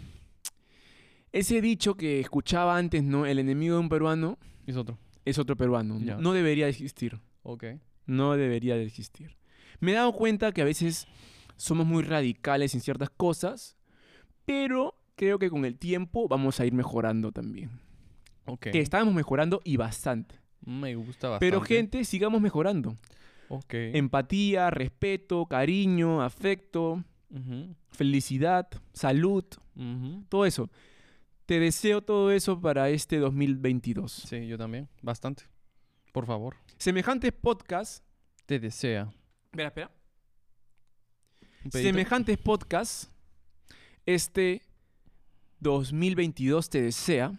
A: ese dicho que escuchaba antes, ¿no? El enemigo de un peruano
B: Es otro.
A: es otro peruano. ¿no?
B: Ya.
A: No debería de existir.
B: Ok.
A: No debería de existir. Me he dado cuenta que a veces somos muy radicales en ciertas cosas, pero creo que con el tiempo vamos a ir mejorando también.
B: Ok.
A: Que estábamos mejorando y bastante.
B: Me gusta bastante.
A: Pero gente, sigamos mejorando.
B: Ok.
A: Empatía, respeto, cariño, afecto,
B: Ujú,
A: felicidad, salud,
B: ujú.
A: todo eso. Te deseo todo eso para este 2022.
B: Sí, yo también. Bastante. Por favor.
A: Semejantes podcasts.
B: Te desea.
A: Espera, espera.
B: Un pedito.
A: Semejantes podcasts. Este 2022 te desea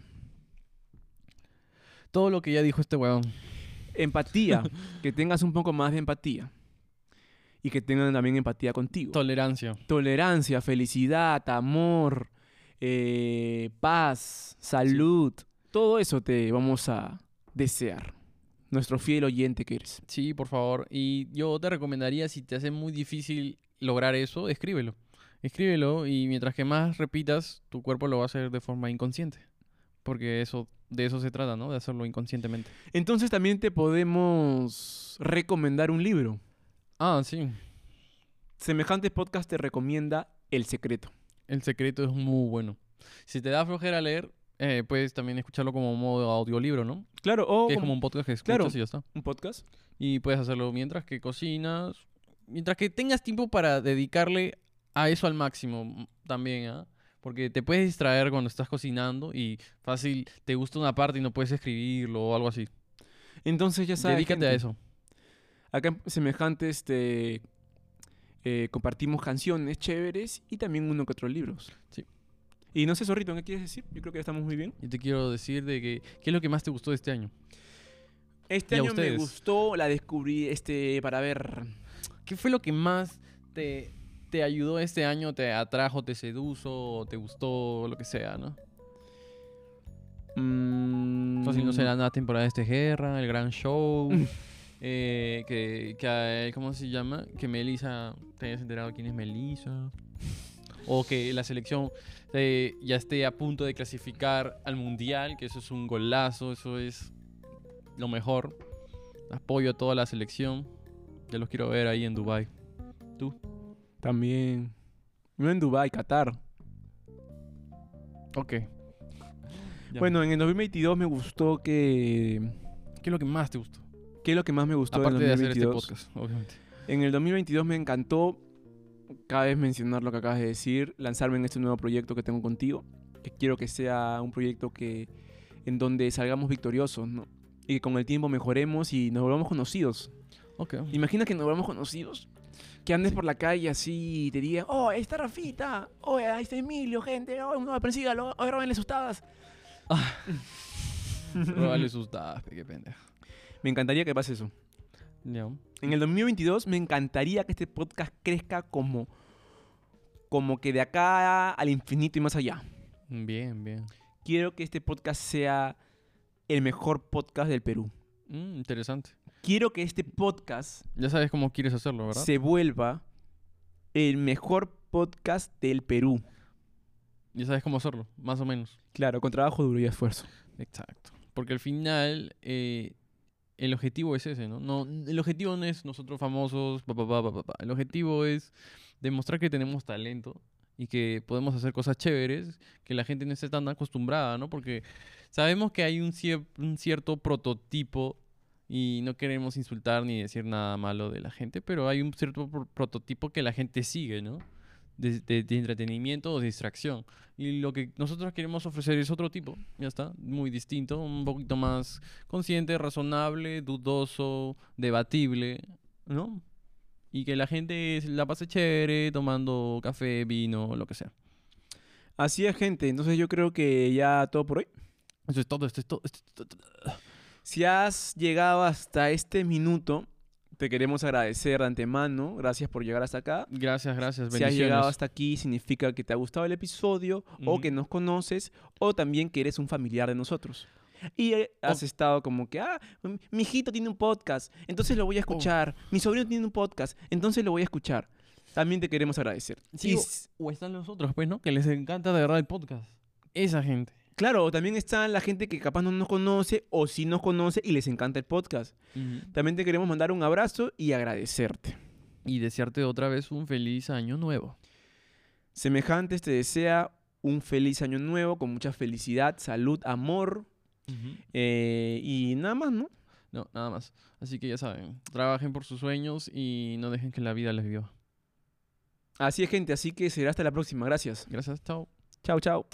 B: Todo lo que ya dijo este huevón.
A: empatía. que tengas un poco más de empatía. Y que tengan también empatía contigo.
B: Tolerancia.
A: Tolerancia, felicidad, amor, eh, paz, salud. Todo eso te vamos a desear. Nuestro fiel oyente que eres.
B: Sí, por favor. Y yo te recomendaría, si te hace muy difícil lograr eso, escríbelo. Escríbelo y mientras que más repitas, tu cuerpo lo va a hacer de forma inconsciente. Porque eso, de eso se trata, ¿no? De hacerlo inconscientemente.
A: Entonces también te podemos recomendar un libro.
B: Ah, sí.
A: Semejantes podcast te recomienda El Secreto.
B: El secreto es muy bueno. Si te da flojera leer, eh, puedes también escucharlo como modo audiolibro, ¿no?
A: Claro, o
B: Que es
A: como
B: como un podcast que escuchas
A: Claro.
B: y ya está.
A: un podcast.
B: Y puedes hacerlo mientras que cocinas, mientras que tengas tiempo para dedicarle a eso al máximo m- también, ¿ah? Porque te puedes distraer cuando estás cocinando y fácil te gusta una parte y no puedes escribirlo o algo así.
A: Entonces ya sabes.
B: Dedícate a
A: gente,
B: eso.
A: Acá en semejante este, eh, compartimos canciones chéveres y también uno que otros libros.
B: Sí.
A: Y no sé, Zorrito, ¿qué quieres decir? Yo creo que ya estamos muy bien.
B: Yo te quiero decir de que, ¿qué es lo que más te gustó de este año?
A: Este
B: ¿Y a
A: año me
B: ustedes?
A: gustó, la descubrí este, para ver.
B: ¿Qué fue lo que más te, te ayudó este año, te atrajo, te seduzo, te gustó, lo que sea, ¿no?
A: mm,
B: Fácil no será la temporada de este guerra, el gran show. eh, que, que a él, ¿cómo se llama? Que Melissa, te hayas enterado quién es Melissa. O que la selección eh, ya esté a punto de clasificar al mundial, que eso es un golazo, eso es lo mejor. Apoyo a toda la selección. Ya los quiero ver ahí en Dubai.
A: También. No en Dubái, Qatar.
B: Ok. Ya.
A: Bueno, en el 2022 me gustó que.
B: ¿Qué es lo que más te gustó?
A: ¿Qué es lo que más me gustó
B: Aparte
A: del
B: de hacer este
A: 2022?
B: podcast, obviamente.
A: En el 2022 me encantó, cada vez mencionar lo que acabas de decir, lanzarme en este nuevo proyecto que tengo contigo, que quiero que sea un proyecto que en donde salgamos victoriosos, ¿no? Y que con el tiempo mejoremos y nos volvamos conocidos.
B: Ok.
A: Imagina que nos volvamos conocidos. Que andes por la calle así y te digan, oh, ahí está Rafita, oh, ahí está Emilio, gente, oh, no, persígalo, oh, róbenle sus tabas.
B: Róbale sus dadas, pe, qué pendejo.
A: Me encantaría que pase eso.
B: Ya.
A: En el 2022 me encantaría que este podcast crezca como, como que de acá al infinito y más allá.
B: Bien, bien.
A: Quiero que este podcast sea el mejor podcast del Perú.
B: Mm, interesante.
A: Quiero que este podcast
B: Ya sabes cómo quieres hacerlo, ¿verdad?
A: se vuelva el mejor podcast del Perú.
B: Ya sabes cómo hacerlo, más o menos.
A: Claro, con trabajo duro y esfuerzo.
B: Exacto. Porque al final eh, el objetivo es ese, ¿no? no el objetivo no es nosotros famosos, pa, pa, pa, pa, pa, pa. El objetivo es demostrar que tenemos talento y que podemos hacer cosas chéveres que la gente no esté tan acostumbrada, ¿no? Porque sabemos que hay un, cier- un cierto prototipo y no queremos insultar ni decir nada malo de la gente, pero hay un cierto pro- prototipo que la gente sigue, ¿no? De, de- de entretenimiento o de distracción. Y lo que nosotros queremos ofrecer es otro tipo, ya está, muy distinto, un poquito más consciente, razonable, dudoso, debatible, ¿no? Y que la gente se la pase chévere tomando café, vino, lo que sea.
A: Así es, gente. Entonces yo creo que ya todo por hoy.
B: Eso es todo, esto es todo. esto es todo.
A: Si has llegado hasta este minuto, te queremos agradecer de antemano. Gracias por llegar hasta acá.
B: Gracias, gracias,
A: Si has llegado
B: bendiciones.
A: hasta aquí, significa que te ha gustado el episodio, o
B: Ujú.
A: que nos conoces, o también que eres un familiar de nosotros. Y eh, has
B: oh.
A: estado como que, ah, m- mi hijito tiene un podcast, entonces
B: Oh.
A: lo voy a escuchar. Mi sobrino tiene un podcast, entonces lo voy a escuchar. También te queremos agradecer.
B: Sí,
A: Y
B: o-
A: s-
B: O están los otros, pues, ¿no? Que les encanta de verdad el podcast. Esa gente.
A: claro, también está la gente que capaz no nos conoce o sí nos conoce y les encanta el podcast. También te queremos mandar un abrazo y agradecerte.
B: Y desearte otra vez un feliz año nuevo.
A: Semejantes te desea un feliz año nuevo con mucha felicidad, salud, amor eh, y nada más, ¿no?
B: No, nada más. Así que ya saben, trabajen por sus sueños y no dejen que la vida les viva.
A: Así es, gente. Así que será hasta la próxima. Gracias.
B: Gracias, chao.
A: Chao, chao.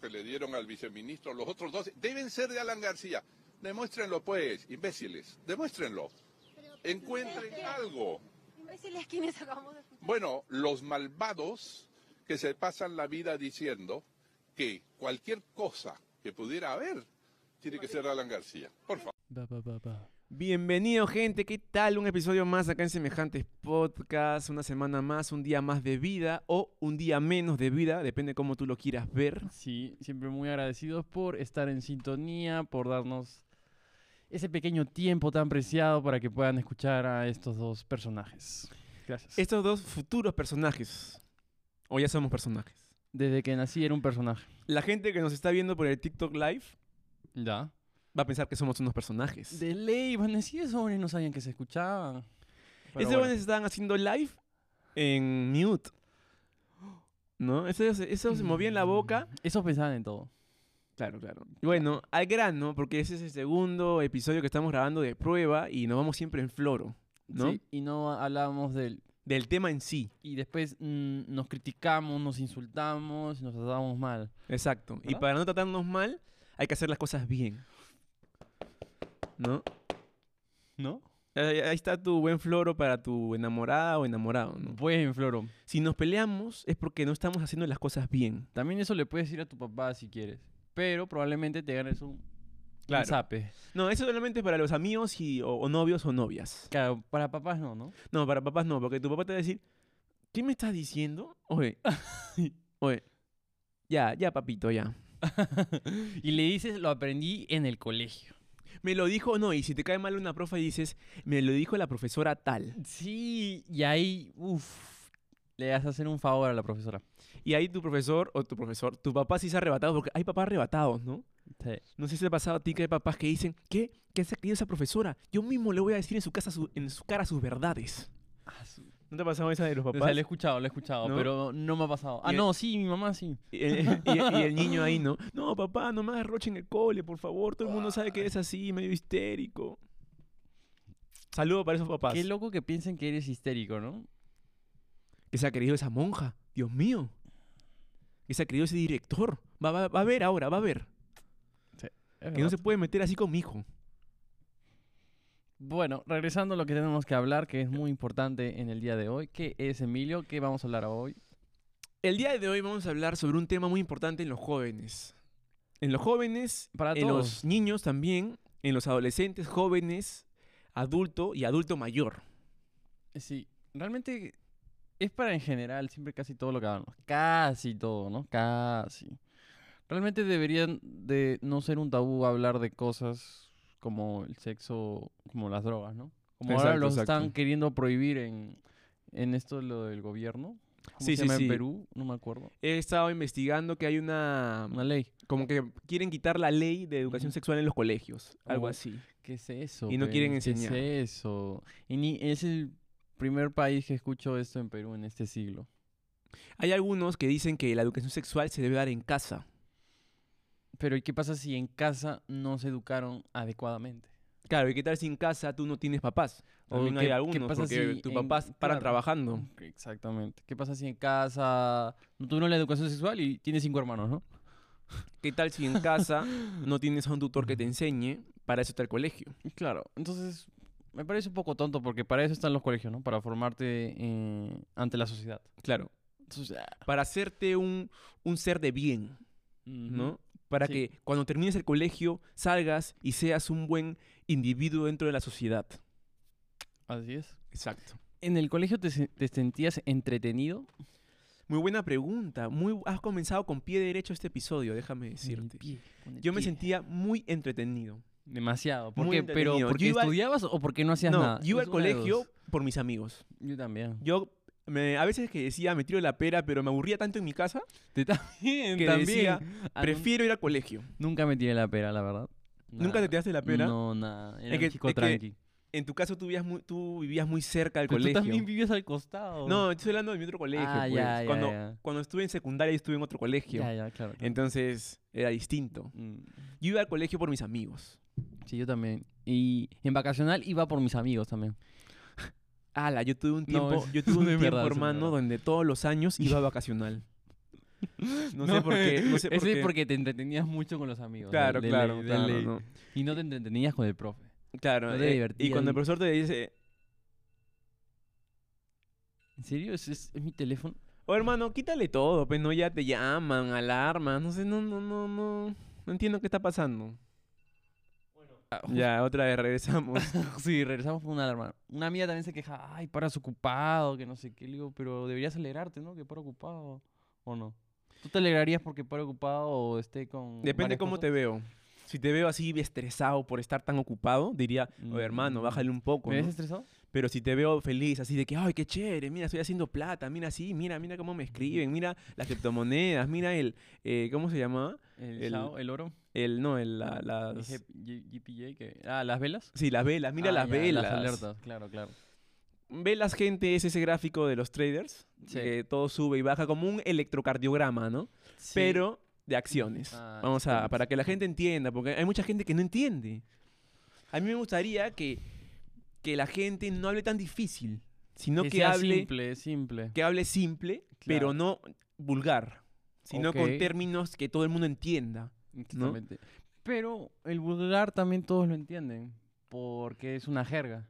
C: que le dieron al viceministro, los otros dos, deben ser de Alan García. Demuéstrenlo, pues, imbéciles, demuéstrenlo. Encuentren algo.
D: Imbéciles quienes acabamos de escuchar.
C: Bueno, los malvados que se pasan la vida diciendo que cualquier cosa que pudiera haber tiene que ser de Alan García. Por favor.
B: Ba, ba, ba, ba.
A: Bienvenido gente, ¿qué tal? Un episodio más acá en semejantes podcast, una semana más, un día más de vida o un día menos de vida, depende cómo tú lo quieras ver.
B: Sí, siempre muy agradecidos por estar en sintonía, por darnos ese pequeño tiempo tan preciado para que puedan escuchar a estos dos personajes. Gracias.
A: Estos dos futuros personajes, o ya somos personajes.
B: Desde que nací era un personaje.
A: La gente que nos está viendo por el TikTok Live
B: Ya.
A: va a pensar que somos unos personajes.
B: De ley, van a decir esos jóvenes no sabían que se escuchaban. Pero
A: Esos
B: bueno.
A: buenos estaban haciendo live en mute. ¿No? Esos, esos se movían la boca.
B: Mm, Esos pensaban en todo.
A: Claro, claro. Bueno, al grano, porque ese es el segundo episodio que estamos grabando de prueba y nos vamos siempre en floro, ¿no?
B: Sí, y no hablábamos del...
A: Del tema en sí.
B: Y después mm, nos criticamos, nos insultamos, nos tratábamos mal.
A: Exacto. Y
B: ¿Verdad?
A: para no tratarnos mal, hay que hacer las cosas bien. ¿No?
B: ¿No?
A: Ahí ahí está tu buen floro para tu enamorada o enamorado, ¿no?
B: Buen Pues, Floro.
A: Si nos peleamos es porque no estamos haciendo las cosas bien.
B: También eso le puedes decir a tu papá si quieres. Pero probablemente te ganes un...
A: Claro.
B: Un zape.
A: No, eso solamente es para los amigos y, o- o novios o novias.
B: Claro, para papás no, ¿no?
A: No, para papás no, porque tu papá te va a decir, ¿qué me estás diciendo? Oye, oye, ya, ya, papito, ya.
B: y le dices, lo aprendí en el colegio.
A: Me lo dijo, no, y si te cae mal una profa y dices, me lo dijo la profesora tal.
B: Sí, y ahí, uff, le vas a hacer un favor a la profesora.
A: Y ahí tu profesor o tu profesor, tu papá sí se ha arrebatado, porque hay papás arrebatados, ¿no?
B: Sí.
A: No sé si te ha pasado a ti que hay papás que dicen, ¿qué? ¿Qué se ha creído esa profesora? Yo mismo le voy a decir en su, casa su- en su cara sus verdades.
B: Ah,
A: ¿No te ha pasado esa de los
B: O
A: papás?
B: sea, lo he escuchado, lo he escuchado,
A: ¿No?
B: pero no me ha pasado. Ah,
A: Y-
B: no, sí, mi mamá sí.
A: Y el, y el- y el niño ahí, ¿no? No, papá, no me hagas roche en el cole, por favor. Todo el mundo sabe que eres así, medio histérico. Saludo para esos papás.
B: Qué loco que piensen que eres histérico, ¿no?
A: Que se ha querido esa monja. Dios mío. Que se ha querido ese director. Va, va- va a ver ahora, va a ver. Que no se puede meter así con mi hijo.
B: Bueno, regresando a lo que tenemos que hablar, que es muy importante en el día de hoy, que es Emilio, ¿qué vamos a hablar hoy?
A: El día de hoy vamos a hablar sobre un tema muy importante en los jóvenes. En los jóvenes,
B: Para
A: en
B: todos.
A: los niños también, en los adolescentes, jóvenes, adulto y adulto mayor.
B: Sí, realmente es para en general, siempre casi todo lo que hablamos. Casi todo, ¿no? Casi. Realmente deberían de no ser un tabú hablar de cosas como el sexo, como las drogas, ¿no? Como ahora
A: Exacto,
B: los
A: exacto.
B: están queriendo prohibir en, en esto lo del gobierno. ¿Cómo
A: Sí,
B: se
A: sí,
B: llama
A: sí.
B: en Perú? No me acuerdo.
A: He estado investigando que hay una...
B: Una ley.
A: como que quieren quitar la ley de educación
B: Ujú.
A: sexual en los colegios, algo
B: Oh.
A: así.
B: ¿Qué es eso?
A: Y no quieren
B: pues?
A: enseñar.
B: ¿Qué es eso? Y ni, es el primer país que escucho esto en Perú en este siglo.
A: Hay algunos que dicen que la educación sexual se debe dar en casa.
B: Pero ¿y qué pasa si en casa no se educaron adecuadamente?
A: Claro, y qué tal si en casa tú no tienes papás.
B: O
A: También hay
B: qué- qué
A: algunos
B: pasa
A: porque
B: si
A: tus
B: en-
A: papás paran
B: claro.
A: trabajando.
B: Exactamente. ¿Qué pasa si en casa no tuvieron la educación sexual y tienes cinco hermanos, no?
A: ¿Qué tal si en casa no tienes a un tutor que te enseñe? Para eso está el colegio.
B: Claro. Entonces, me parece un poco tonto porque para eso están los colegios, ¿no? Para formarte eh, ante la sociedad.
A: Claro.
B: Entonces, ah,
A: Para hacerte un, un ser de bien, ¿no? Para
B: Sí.
A: que cuando termines el colegio salgas y seas un buen individuo dentro de la sociedad.
B: Así es.
A: Exacto.
B: ¿En el colegio te, se- te sentías entretenido?
A: Muy buena pregunta. Muy, has comenzado con pie derecho este episodio, déjame decirte. Yo me sentía muy entretenido.
B: demasiado. ¿Por
A: Muy
B: qué? ¿Pero
A: entretenido.
B: porque
A: Yo iba al-
B: estudiabas o porque no hacías
A: no,
B: nada?
A: yo iba
B: Es
A: al
B: una de
A: colegio
B: dos.
A: por mis amigos.
B: Yo también.
A: Yo me- a veces que decía, me tiro la pera, pero me aburría tanto en mi casa,
B: Te también,
A: Que
B: también.
A: decía,
B: Ah,
A: prefiero ir al colegio.
B: nun- Nunca me tiré la pera, la verdad.
A: ¿Nunca te tiraste la pera?
B: No, nada. Era
A: Es que-
B: un chico
A: es que
B: tranqui.
A: En tu caso tú vivías muy, tú vivías muy cerca del
B: Pero
A: colegio.
B: Tú también vivías al costado.
A: No, estoy hablando de mi otro colegio.
B: Ah,
A: pues.
B: ya, ya,
A: cuando,
B: ya.
A: cuando estuve en secundaria estuve en otro colegio.
B: Ya, ya, claro. claro.
A: Entonces era distinto.
B: Mm,
A: Yo iba al colegio por mis amigos.
B: Sí, yo también. Y en vacacional iba por mis amigos también.
A: Ala, yo tuve un
B: No,
A: tiempo,
B: es-
A: Ah, yo tuve un
B: no es
A: tiempo,
B: verdad, eso no es
A: hermano,
B: verdad.
A: donde todos los años iba a vacacional. No, sé por qué. No sé por
B: Eso
A: qué.
B: es porque te entretenías mucho con los amigos. de-
A: Claro,
B: de
A: claro,
B: ley, de
A: claro,
B: ley.
A: no.
B: Y no te entretenías con el profe.
A: Claro,
B: No te
A: eh,
B: divertías.
A: y cuando el profesor te dice,
B: ¿En serio? ¿Es, es- es mi teléfono?
A: oh hermano, quítale todo, pues no ya te llaman, alarmas, no sé, no, no, no, no. No entiendo qué está pasando. Ya, otra vez regresamos.
B: Sí, regresamos con una alarma. Una amiga también se queja, ay, paras ocupado, que no sé qué. Le digo, pero deberías alegrarte, ¿no? Que paro ocupado. ¿O no? ¿Tú te alegrarías porque paro ocupado o esté con.
A: Depende
B: varias
A: cómo te
B: cosas?
A: veo. Si te veo así estresado por estar tan ocupado, diría,
B: Mm.
A: oye hermano, bájale un poco.
B: ¿Me ves
A: ¿no?".
B: estresado?
A: Pero si te veo feliz, así de que, ay, qué chévere, mira, estoy haciendo plata, mira así, mira, mira cómo me escriben, mira las criptomonedas, mira el, eh, ¿cómo se llamaba?
B: El,
A: El-
B: sao, el oro.
A: El, no, el, la-
B: el
A: las...
B: G- G- GPJ, que- Ah, las velas.
A: Sí, las velas, mira
B: Ah,
A: las
B: ya,
A: velas.
B: Las alertas, claro, claro.
A: Velas, gente, es ese gráfico de los traders,
B: Sí.
A: que todo sube y baja como un electrocardiograma, ¿no?
B: Sí.
A: Pero de acciones.
B: Ah,
A: Vamos a,
B: acciones.
A: para que la gente entienda, porque hay mucha gente que no entiende. A mí me gustaría que, que la gente no hable tan difícil, sino que,
B: sea
A: hable...
B: simple, simple.
A: que hable simple,
B: Claro.
A: pero no vulgar, sino
B: Ok.
A: con términos que todo el mundo entienda.
B: Exactamente. Pero el vulgar también todos lo entienden, porque es una jerga.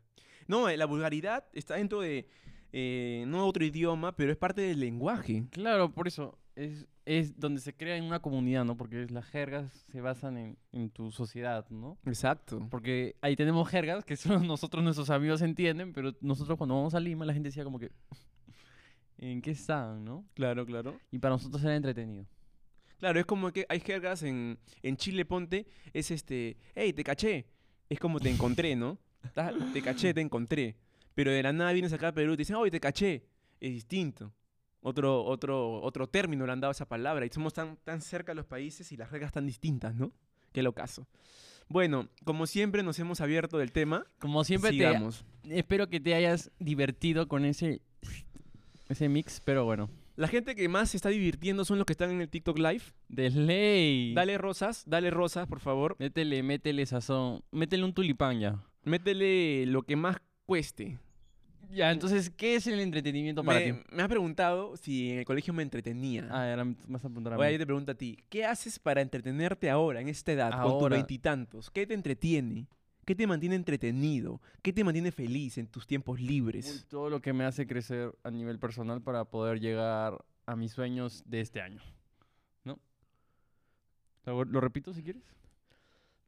A: No, eh, la vulgaridad está dentro de, eh, no otro idioma, pero es parte del lenguaje.
B: Claro, por eso es, es donde se crea en una comunidad, ¿no? Porque es- las jergas se basan en, en tu sociedad, ¿no?
A: Exacto.
B: Porque ahí tenemos jergas que solo nosotros, nuestros amigos entienden, pero nosotros cuando vamos a Lima la gente decía como que, ¿en qué están, no?
A: Claro, claro.
B: Y para nosotros era entretenido.
A: Claro, es como que hay jergas en, en Chile, ponte, es este, hey, te caché. Es como te encontré, ¿no? Ta- Te caché, te encontré. Pero de la nada vienes acá a Perú y te dicen, oye, te caché. Es distinto. Otro, otro, otro término le han dado a esa palabra. Y somos tan, tan cerca los países y las reglas tan distintas, ¿no? Qué locazo. Bueno, como siempre nos hemos abierto del tema.
B: Como siempre
A: Sigamos.
B: te... Espero que te hayas divertido con ese, ese mix, pero bueno.
A: La gente que más se está divirtiendo son los que están en el TikTok Live.
B: De ley.
A: Dale rosas, dale rosas, por favor.
B: Métele, métele sazón. Métele un tulipán ya.
A: Métele lo que más cueste.
B: Ya, entonces, ¿qué es el entretenimiento para ti?
A: Me, me has preguntado si en el colegio me entretenía.
B: Ah, ahora me vas a preguntar a mí.
A: Ahora yo te pregunto a ti, ¿qué haces para entretenerte ahora, en esta edad, con tus
B: Ahora.
A: veintitantos? ¿Qué te entretiene? ¿Qué te mantiene entretenido? ¿Qué te mantiene feliz en tus tiempos
B: Uy,
A: libres?
B: Todo lo que me hace crecer a nivel personal para poder llegar a mis sueños de este año. ¿No? ¿Lo, lo repito si quieres?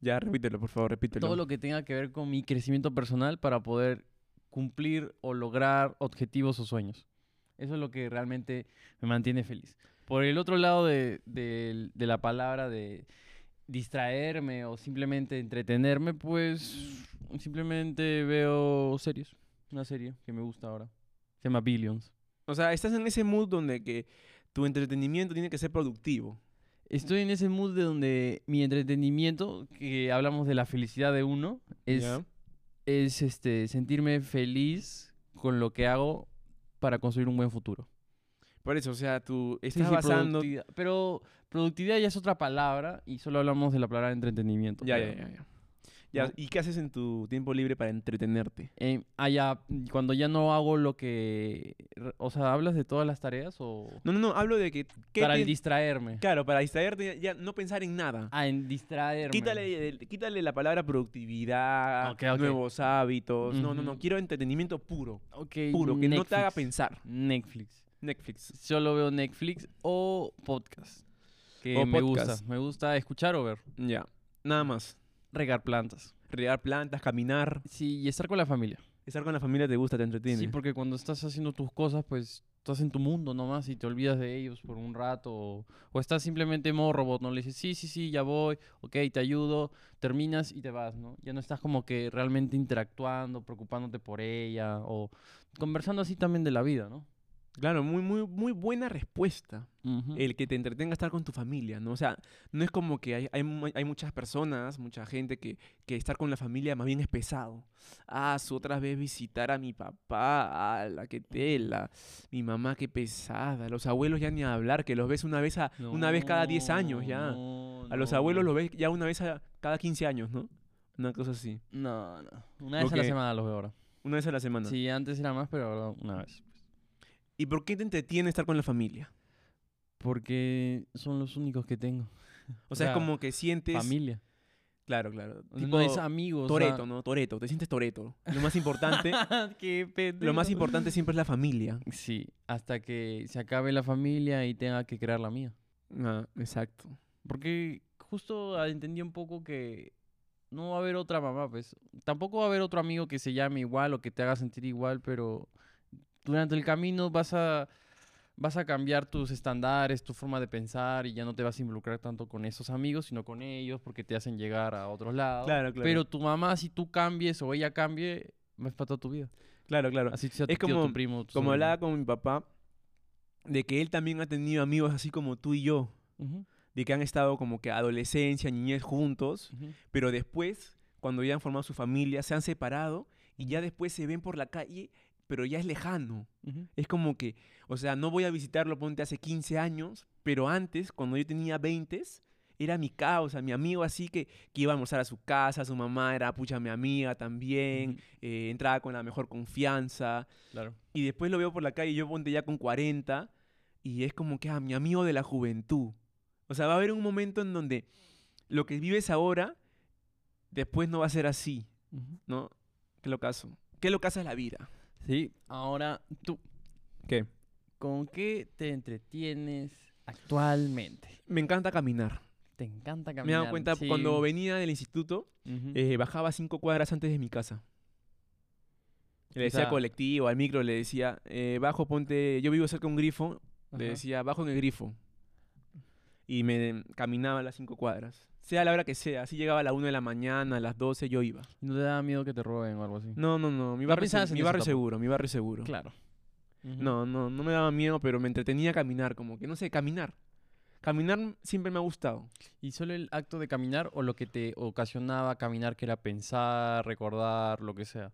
A: Ya, repítelo, por favor, repítelo.
B: Todo lo que tenga que ver con mi crecimiento personal para poder cumplir o lograr objetivos o sueños. Eso es lo que realmente me mantiene feliz. Por el otro lado de, del- de la palabra de distraerme o simplemente entretenerme, pues simplemente veo series. Una serie que me gusta ahora. Se llama Billions.
A: O sea, estás en ese mood donde que tu entretenimiento tiene que ser productivo.
B: Estoy en ese mood de donde mi entretenimiento, que hablamos de la felicidad de uno, es
A: ¿ya?
B: es este sentirme feliz con lo que hago para construir un buen futuro.
A: Por eso, o sea, tú
B: Sí,
A: estás
B: sí,
A: basando...
B: productividad. Pero productividad ya es otra palabra y solo hablamos de la palabra entretenimiento.
A: Ya, ya,
B: pero-
A: ya, ya. Ya,
B: ¿no?
A: ¿Y qué haces en tu tiempo libre para entretenerte?
B: Eh, ah, ya, cuando ya no hago lo que... re- O sea, ¿hablas de todas las tareas o...?
A: No, no, no, hablo de que... ¿qué
B: para
A: te-
B: distraerme.
A: Claro, para distraerte, ya no pensar en nada.
B: Ah, en distraerme.
A: Quítale, el- quítale la palabra productividad,
B: Ok, ok.
A: nuevos hábitos. No, no, no.
B: Ujú.
A: Quiero entretenimiento puro.
B: Ok,
A: Puro, que no te haga
B: Netflix.
A: pensar.
B: Netflix.
A: Netflix.
B: Solo veo Netflix o podcast. Que
A: O
B: me
A: podcast.
B: gusta. Me gusta escuchar o ver.
A: Ya. Nada más.
B: Regar plantas.
A: Regar plantas, caminar.
B: Sí, y estar con la familia.
A: Estar con la familia te gusta, te entretiene.
B: Sí, porque cuando estás haciendo tus cosas, pues estás en tu mundo nomás y te olvidas de ellos por un rato. O, o estás simplemente en modo robot, ¿no? Le dices, sí, sí, sí, ya voy, ok, te ayudo, terminas y te vas, ¿no? Ya no estás como que realmente interactuando, preocupándote por ella o conversando así también de la vida, ¿no?
A: Claro, muy, muy, muy buena respuesta.
B: Ujú.
A: El que te entretenga estar con tu familia, ¿no? O sea, no es como que hay, hay, mu- hay muchas personas, mucha gente que, que estar con la familia más bien es pesado. Ah, su otra vez visitar a mi papá, a la que tela, mi mamá qué pesada, los abuelos ya ni hablar, que los ves una vez a, una vez cada 10 años
B: No,
A: ya.
B: no,
A: a los
B: no.
A: abuelos los ves ya una vez a cada 15 años, ¿no? Una cosa así,
B: No, no. Una vez a la
A: Ok.
B: semana los veo ahora.
A: una vez a la semana.
B: Sí, antes era más, pero ahora una vez.
A: ¿Y por qué te entretiene estar con la familia?
B: Porque son los únicos que tengo.
A: O sea,
B: O sea,
A: es como que sientes.
B: Familia.
A: Claro, claro.
B: O sea,
A: Tipo,
B: no es amigos. o sea-
A: Toreto, ¿no? Toreto. Te sientes Toreto. Lo más importante.
B: Qué
A: lo más
B: pendejo.
A: importante siempre es la familia.
B: Sí, hasta que se acabe la familia y tenga que crear la mía.
A: Ah, exacto.
B: Porque justo ah, entendí un poco que no va a haber otra mamá, pues. Tampoco va a haber otro amigo que se llame igual o que te haga sentir igual, pero durante el camino vas a vas a cambiar tus estándares, tu forma de pensar y ya no te vas a involucrar tanto con esos amigos, sino con ellos porque te hacen llegar a otros lados.
A: Claro, claro.
B: Pero tu mamá, si tú cambies o ella cambie, va a estar toda tu vida.
A: Claro, claro.
B: Así sea tu
A: Es
B: tío, tu
A: como-
B: primo, tu
A: Como
B: sobrino.
A: hablaba con mi papá, de que él también ha tenido amigos así como tú y yo,
B: Ujú,
A: de que han estado como que adolescencia, niñez juntos,
B: ujú.
A: pero después, cuando ya han formado su familia, se han separado y ya después se ven por la calle, pero ya es lejano.
B: Ujú.
A: Es como que, o sea, no voy a visitarlo, ponte hace 15 años, pero antes, cuando yo tenía 20, era mi causa, mi amigo así que, que iba a almorzar a su casa, su mamá era, pucha, mi amiga también,
B: Ujú,
A: eh, entraba con la mejor confianza,
B: Claro.
A: y después lo veo por la calle, yo ponte ya con 40, y es como que, ah, mi amigo de la juventud. O sea, va a haber un momento en donde lo que vives ahora, después no va a ser así,
B: Ujú.
A: ¿no? Qué locazo. Qué locaza es la vida.
B: Sí, ahora tú,
A: ¿Qué?
B: ¿con qué te entretienes actualmente?
A: Me encanta caminar.
B: ¿Te encanta caminar?
A: Me he dado cuenta,
B: Sí.
A: cuando venía del instituto,
B: Ujú.
A: eh, bajaba cinco cuadras antes de mi casa. Le decía
B: sea-
A: al colectivo, al micro, le decía, eh, bajo, ponte, yo vivo cerca de un grifo, Le
B: Ajá.
A: decía, bajo en el grifo. Y me caminaba las cinco cuadras. Sea la hora que sea. Así llegaba a la una de la mañana, a las 12, yo iba.
B: ¿No te da miedo que te roben o algo así?
A: No, no, no. Mi barrio, es
B: pensabas
A: seg-
B: en
A: mi
B: eso
A: barrio es
B: tampoco.
A: seguro, mi barrio es seguro.
B: Claro. Ujú.
A: No, no, no me daba miedo, pero me entretenía caminar. Como que, no sé, caminar. Caminar m- siempre me ha gustado.
B: ¿Y solo el acto de caminar o lo que te ocasionaba caminar, que era pensar, recordar, lo que sea?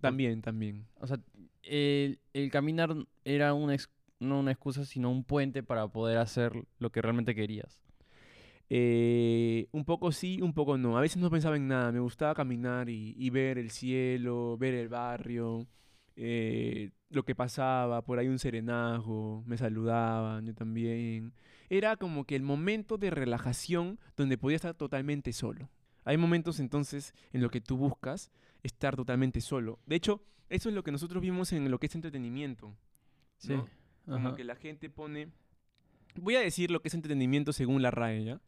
A: También, también.
B: O sea, el, el caminar era una ex- no una excusa, sino un puente para poder hacer lo que realmente querías.
A: Eh, un poco sí, un poco no. A veces no pensaba en nada. Me gustaba caminar y, y ver el cielo, ver el barrio, eh, lo que pasaba, por ahí un serenazgo, me saludaban, yo también. Era como que el momento de relajación donde podía estar totalmente solo. Hay momentos entonces en los que tú buscas estar totalmente solo. De hecho, eso es lo que nosotros vimos en lo que es entretenimiento.
B: Sí.
A: ¿no? Como
B: Ajá.
A: que la gente pone. Voy a decir lo que es entretenimiento según la RAE, ¿ya?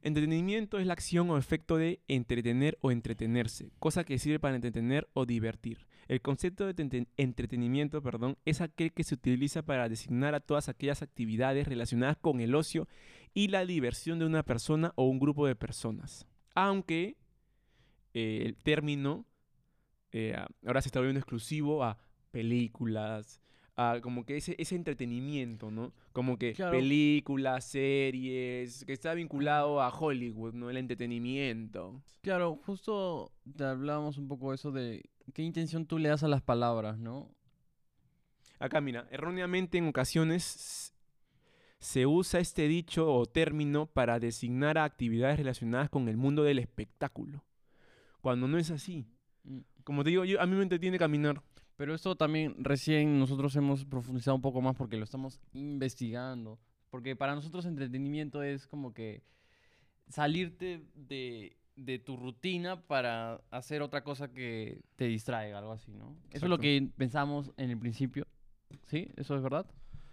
A: Entretenimiento es la acción o efecto de entretener o entretenerse, cosa que sirve para entretener o divertir. El concepto de tenten- entretenimiento, perdón, es aquel que se utiliza para designar a todas aquellas actividades relacionadas con el ocio y la diversión de una persona o un grupo de personas. Aunque eh, el término eh, a- ahora se está volviendo exclusivo a películas, a como que ese, ese entretenimiento, ¿no? Como que
B: Claro.
A: películas, series, que está vinculado a Hollywood, ¿no? El entretenimiento.
B: Claro, justo te hablábamos un poco eso de qué intención tú le das a las palabras, ¿no?
A: Acá mira, erróneamente en ocasiones se usa este dicho o término para designar a actividades relacionadas con el mundo del espectáculo, cuando no es así.
B: Mm.
A: Como te digo, yo, a mí me entretiene caminar.
B: Pero esto también recién nosotros hemos profundizado un poco más porque lo estamos investigando. Porque para nosotros entretenimiento es como que salirte de, de tu rutina para hacer otra cosa que te distraiga, algo así, ¿no? Eso es lo
A: Exacto.
B: que pensamos en el principio. ¿Sí? ¿Eso es verdad?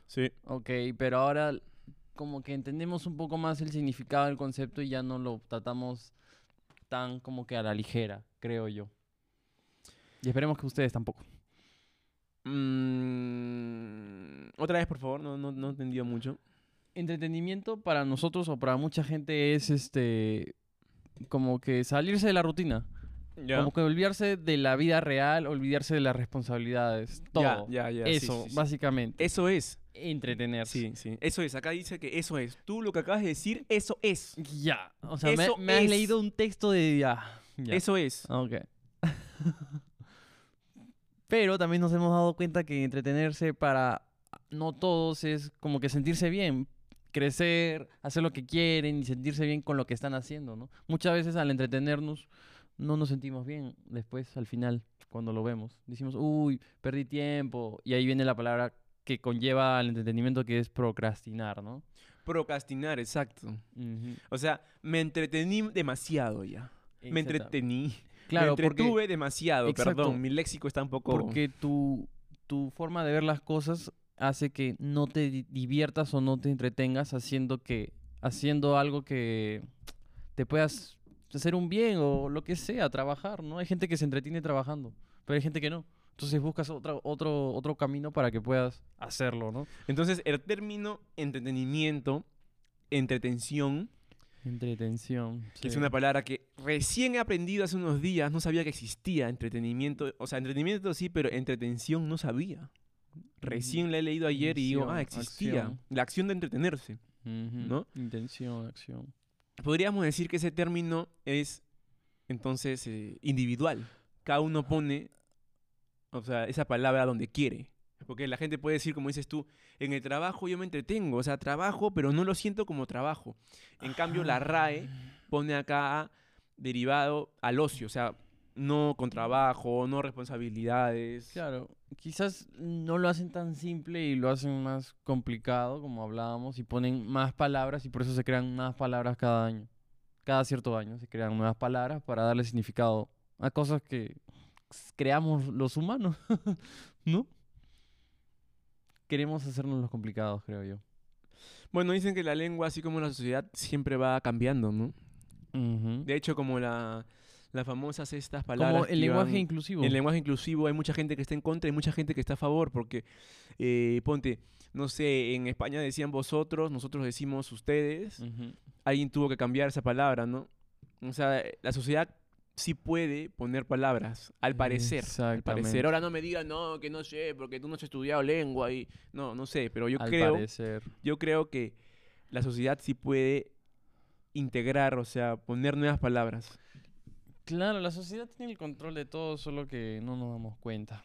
A: Sí.
B: Ok, pero ahora como que entendemos un poco más el significado del concepto y ya no lo tratamos tan como que a la ligera, creo yo. Y esperemos que ustedes tampoco.
A: Mm, otra vez, por favor, no, no, no entendió mucho.
B: Entretenimiento para nosotros o para mucha gente es este como que salirse de la rutina, como que olvidarse de la vida real, olvidarse de las responsabilidades, todo.
A: Ya, ya, ya, sí,
B: Eso,
A: sí, sí.
B: básicamente,
A: Eso es.
B: entretenerse.
A: Sí, sí. Eso es. Acá dice que eso es. Tú lo que acabas de decir, eso es.
B: Ya, o sea, me,
A: Eso
B: me has
A: es.
B: leído un texto de ya. ya.
A: Eso es.
B: Ok. Pero también nos hemos dado cuenta que entretenerse para no todos es como que sentirse bien, crecer, hacer lo que quieren y sentirse bien con lo que están haciendo, ¿no? Muchas veces al entretenernos no nos sentimos bien después, al final, cuando lo vemos. Decimos, uy, perdí tiempo. Y ahí viene la palabra que conlleva al entretenimiento que es procrastinar, ¿no?
A: Procrastinar, exacto.
B: Ujú.
A: O sea, me entretení demasiado ya. Me
B: Exacta-
A: entretení.
B: Claro,
A: me
B: porque-
A: entretuve demasiado,
B: Exacto.
A: perdón. Mi léxico está un poco...
B: Porque tu, tu forma de ver las cosas hace que no te di- diviertas o no te entretengas haciendo que haciendo algo que te puedas hacer un bien o lo que sea, trabajar, ¿no? Hay gente que se entretiene trabajando, pero hay gente que no. Entonces buscas otro, otro, otro camino para que puedas hacerlo, ¿no?
A: Entonces, el término entretenimiento, entretención,
B: Entretención.
A: que es una palabra que recién he aprendido hace unos días, no sabía que existía entretenimiento. O sea, entretenimiento sí, pero entretención no sabía. Recién la he leído ayer y digo, ah,
B: Intención,
A: existía.
B: acción.
A: La acción de entretenerse. ¿no?
B: Intención, acción.
A: Podríamos decir que ese término es entonces eh, individual. Cada uno pone, o sea, esa palabra donde quiere. Porque la gente puede decir, como dices tú, en el trabajo yo me entretengo, o sea, trabajo, pero no lo siento como trabajo. En cambio,
B: Ah.
A: la RAE pone acá derivado al ocio, o sea, no con trabajo, no responsabilidades.
B: Claro, quizás no lo hacen tan simple y lo hacen más complicado, como hablábamos, y ponen más palabras y por eso se crean más palabras cada año. Cada cierto año se crean nuevas palabras para darle significado a cosas que s- creamos los humanos, ¿no? Queremos hacernos los complicados, creo yo.
A: Bueno, dicen que la lengua, así como la sociedad, siempre va cambiando, ¿no?
B: Ujú.
A: De hecho, como la, las famosas estas palabras.
B: Como
A: que
B: el lenguaje
A: iban-
B: inclusivo.
A: El lenguaje inclusivo, hay mucha gente que está en contra y mucha gente que está a favor, porque eh, ponte, no sé, en España decían vosotros, nosotros decimos ustedes,
B: Ujú.
A: alguien tuvo que cambiar esa palabra, ¿no? O sea, eh, la sociedad sí puede poner palabras, al parecer. Al
B: Exactamente.
A: parecer. Ahora no me digan, no, que no sé, porque tú no has estudiado lengua y. No, no sé, pero yo
B: Al
A: creo.
B: parecer.
A: Yo creo que la sociedad sí puede integrar, o sea, poner nuevas palabras.
B: Claro, la sociedad tiene el control de todo, solo que no nos damos cuenta.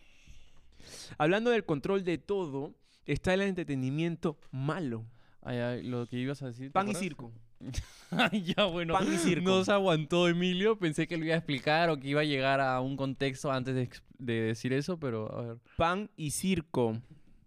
A: Hablando del control de todo, está el entretenimiento malo.
B: Ay, ay, lo que ibas a decir. ¿te
A: Pan y
B: acuerdas?
A: circo.
B: Ay, ya bueno.
A: Pan y circo.
B: No se aguantó Emilio. Pensé que lo iba a explicar o que iba a llegar a un contexto antes de, ex- de decir eso, pero a ver.
A: Pan y circo.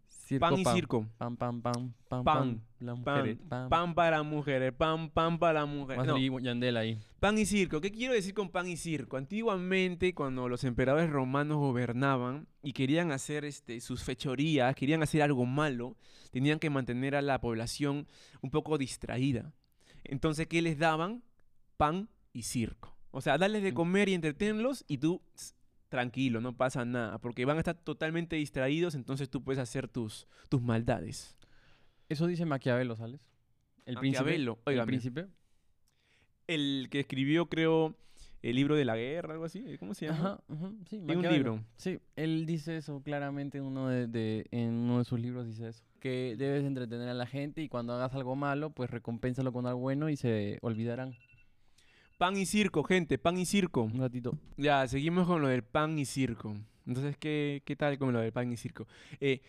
B: Circo,
A: Pan y circo.
B: Pam, pam, pam,
A: Pan,
B: pam, pam. Las mujeres.
A: Pan, pan para mujeres, pan, pan para mujeres.
B: Más
A: No,
B: leí Yandel ahí.
A: pan y circo. ¿Qué quiero decir con pan y circo? Antiguamente, cuando los emperadores romanos gobernaban y querían hacer este, sus fechorías, querían hacer algo malo, tenían que mantener a la población un poco distraída. Entonces, ¿qué les daban? Pan y circo. O sea, darles de
B: Mm.
A: comer y entretenlos y tú tss, tranquilo, no pasa nada, porque van a estar totalmente distraídos, entonces tú puedes hacer tus, tus maldades.
B: Eso dice Maquiavelo, ¿sales? El
A: Maquiavelo,
B: príncipe.
A: óigame.
B: El príncipe.
A: El que escribió, creo, el libro de la guerra, algo así, ¿cómo se llama?
B: Ajá, ajá, sí,
A: Hay un
B: Maquiavelo.
A: libro.
B: Sí, él dice eso claramente en uno de, de- en uno de sus libros dice eso. Que debes entretener a la gente y cuando hagas algo malo, pues recompénsalo con algo bueno y se olvidarán.
A: Pan y circo, gente, pan y circo.
B: Un ratito.
A: Ya, seguimos con lo del pan y circo. Entonces, ¿qué, qué tal con lo del pan y circo? Eh,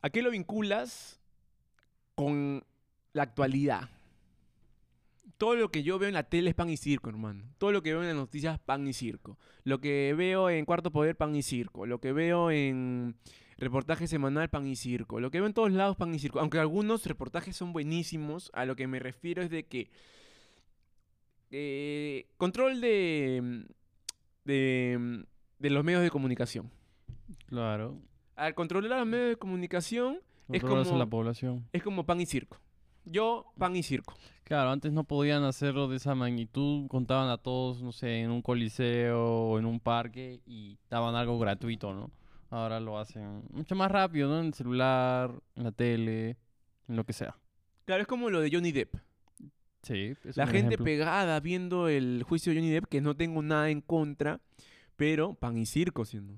A: ¿A qué lo vinculas con la actualidad? Todo lo que yo veo en la tele es pan y circo, hermano. Todo lo que veo en las noticias es pan y circo. Lo que veo en Cuarto Poder, pan y circo. Lo que veo en reportaje semanal, pan y circo. Lo que veo en todos lados, pan y circo. Aunque algunos reportajes son buenísimos, a lo que me refiero es de que... eh, control de de, mm, de los medios de comunicación.
B: Claro.
A: Al controlar los medios de comunicación Es
B: Controlas a la
A: como-
B: población.
A: es como pan y circo. Yo, pan y circo.
B: Claro, antes no podían hacerlo de esa magnitud, contaban a todos, no sé, en un coliseo o en un parque y daban algo gratuito, ¿no? Ahora lo hacen mucho más rápido, ¿no? En el celular, en la tele, en lo que sea.
A: Claro, es como lo de Johnny Depp.
B: Sí, es
A: La
B: un
A: gente
B: ejemplo.
A: pegada viendo el juicio de Johnny Depp, que no tengo nada en contra, pero pan y circo, siendo.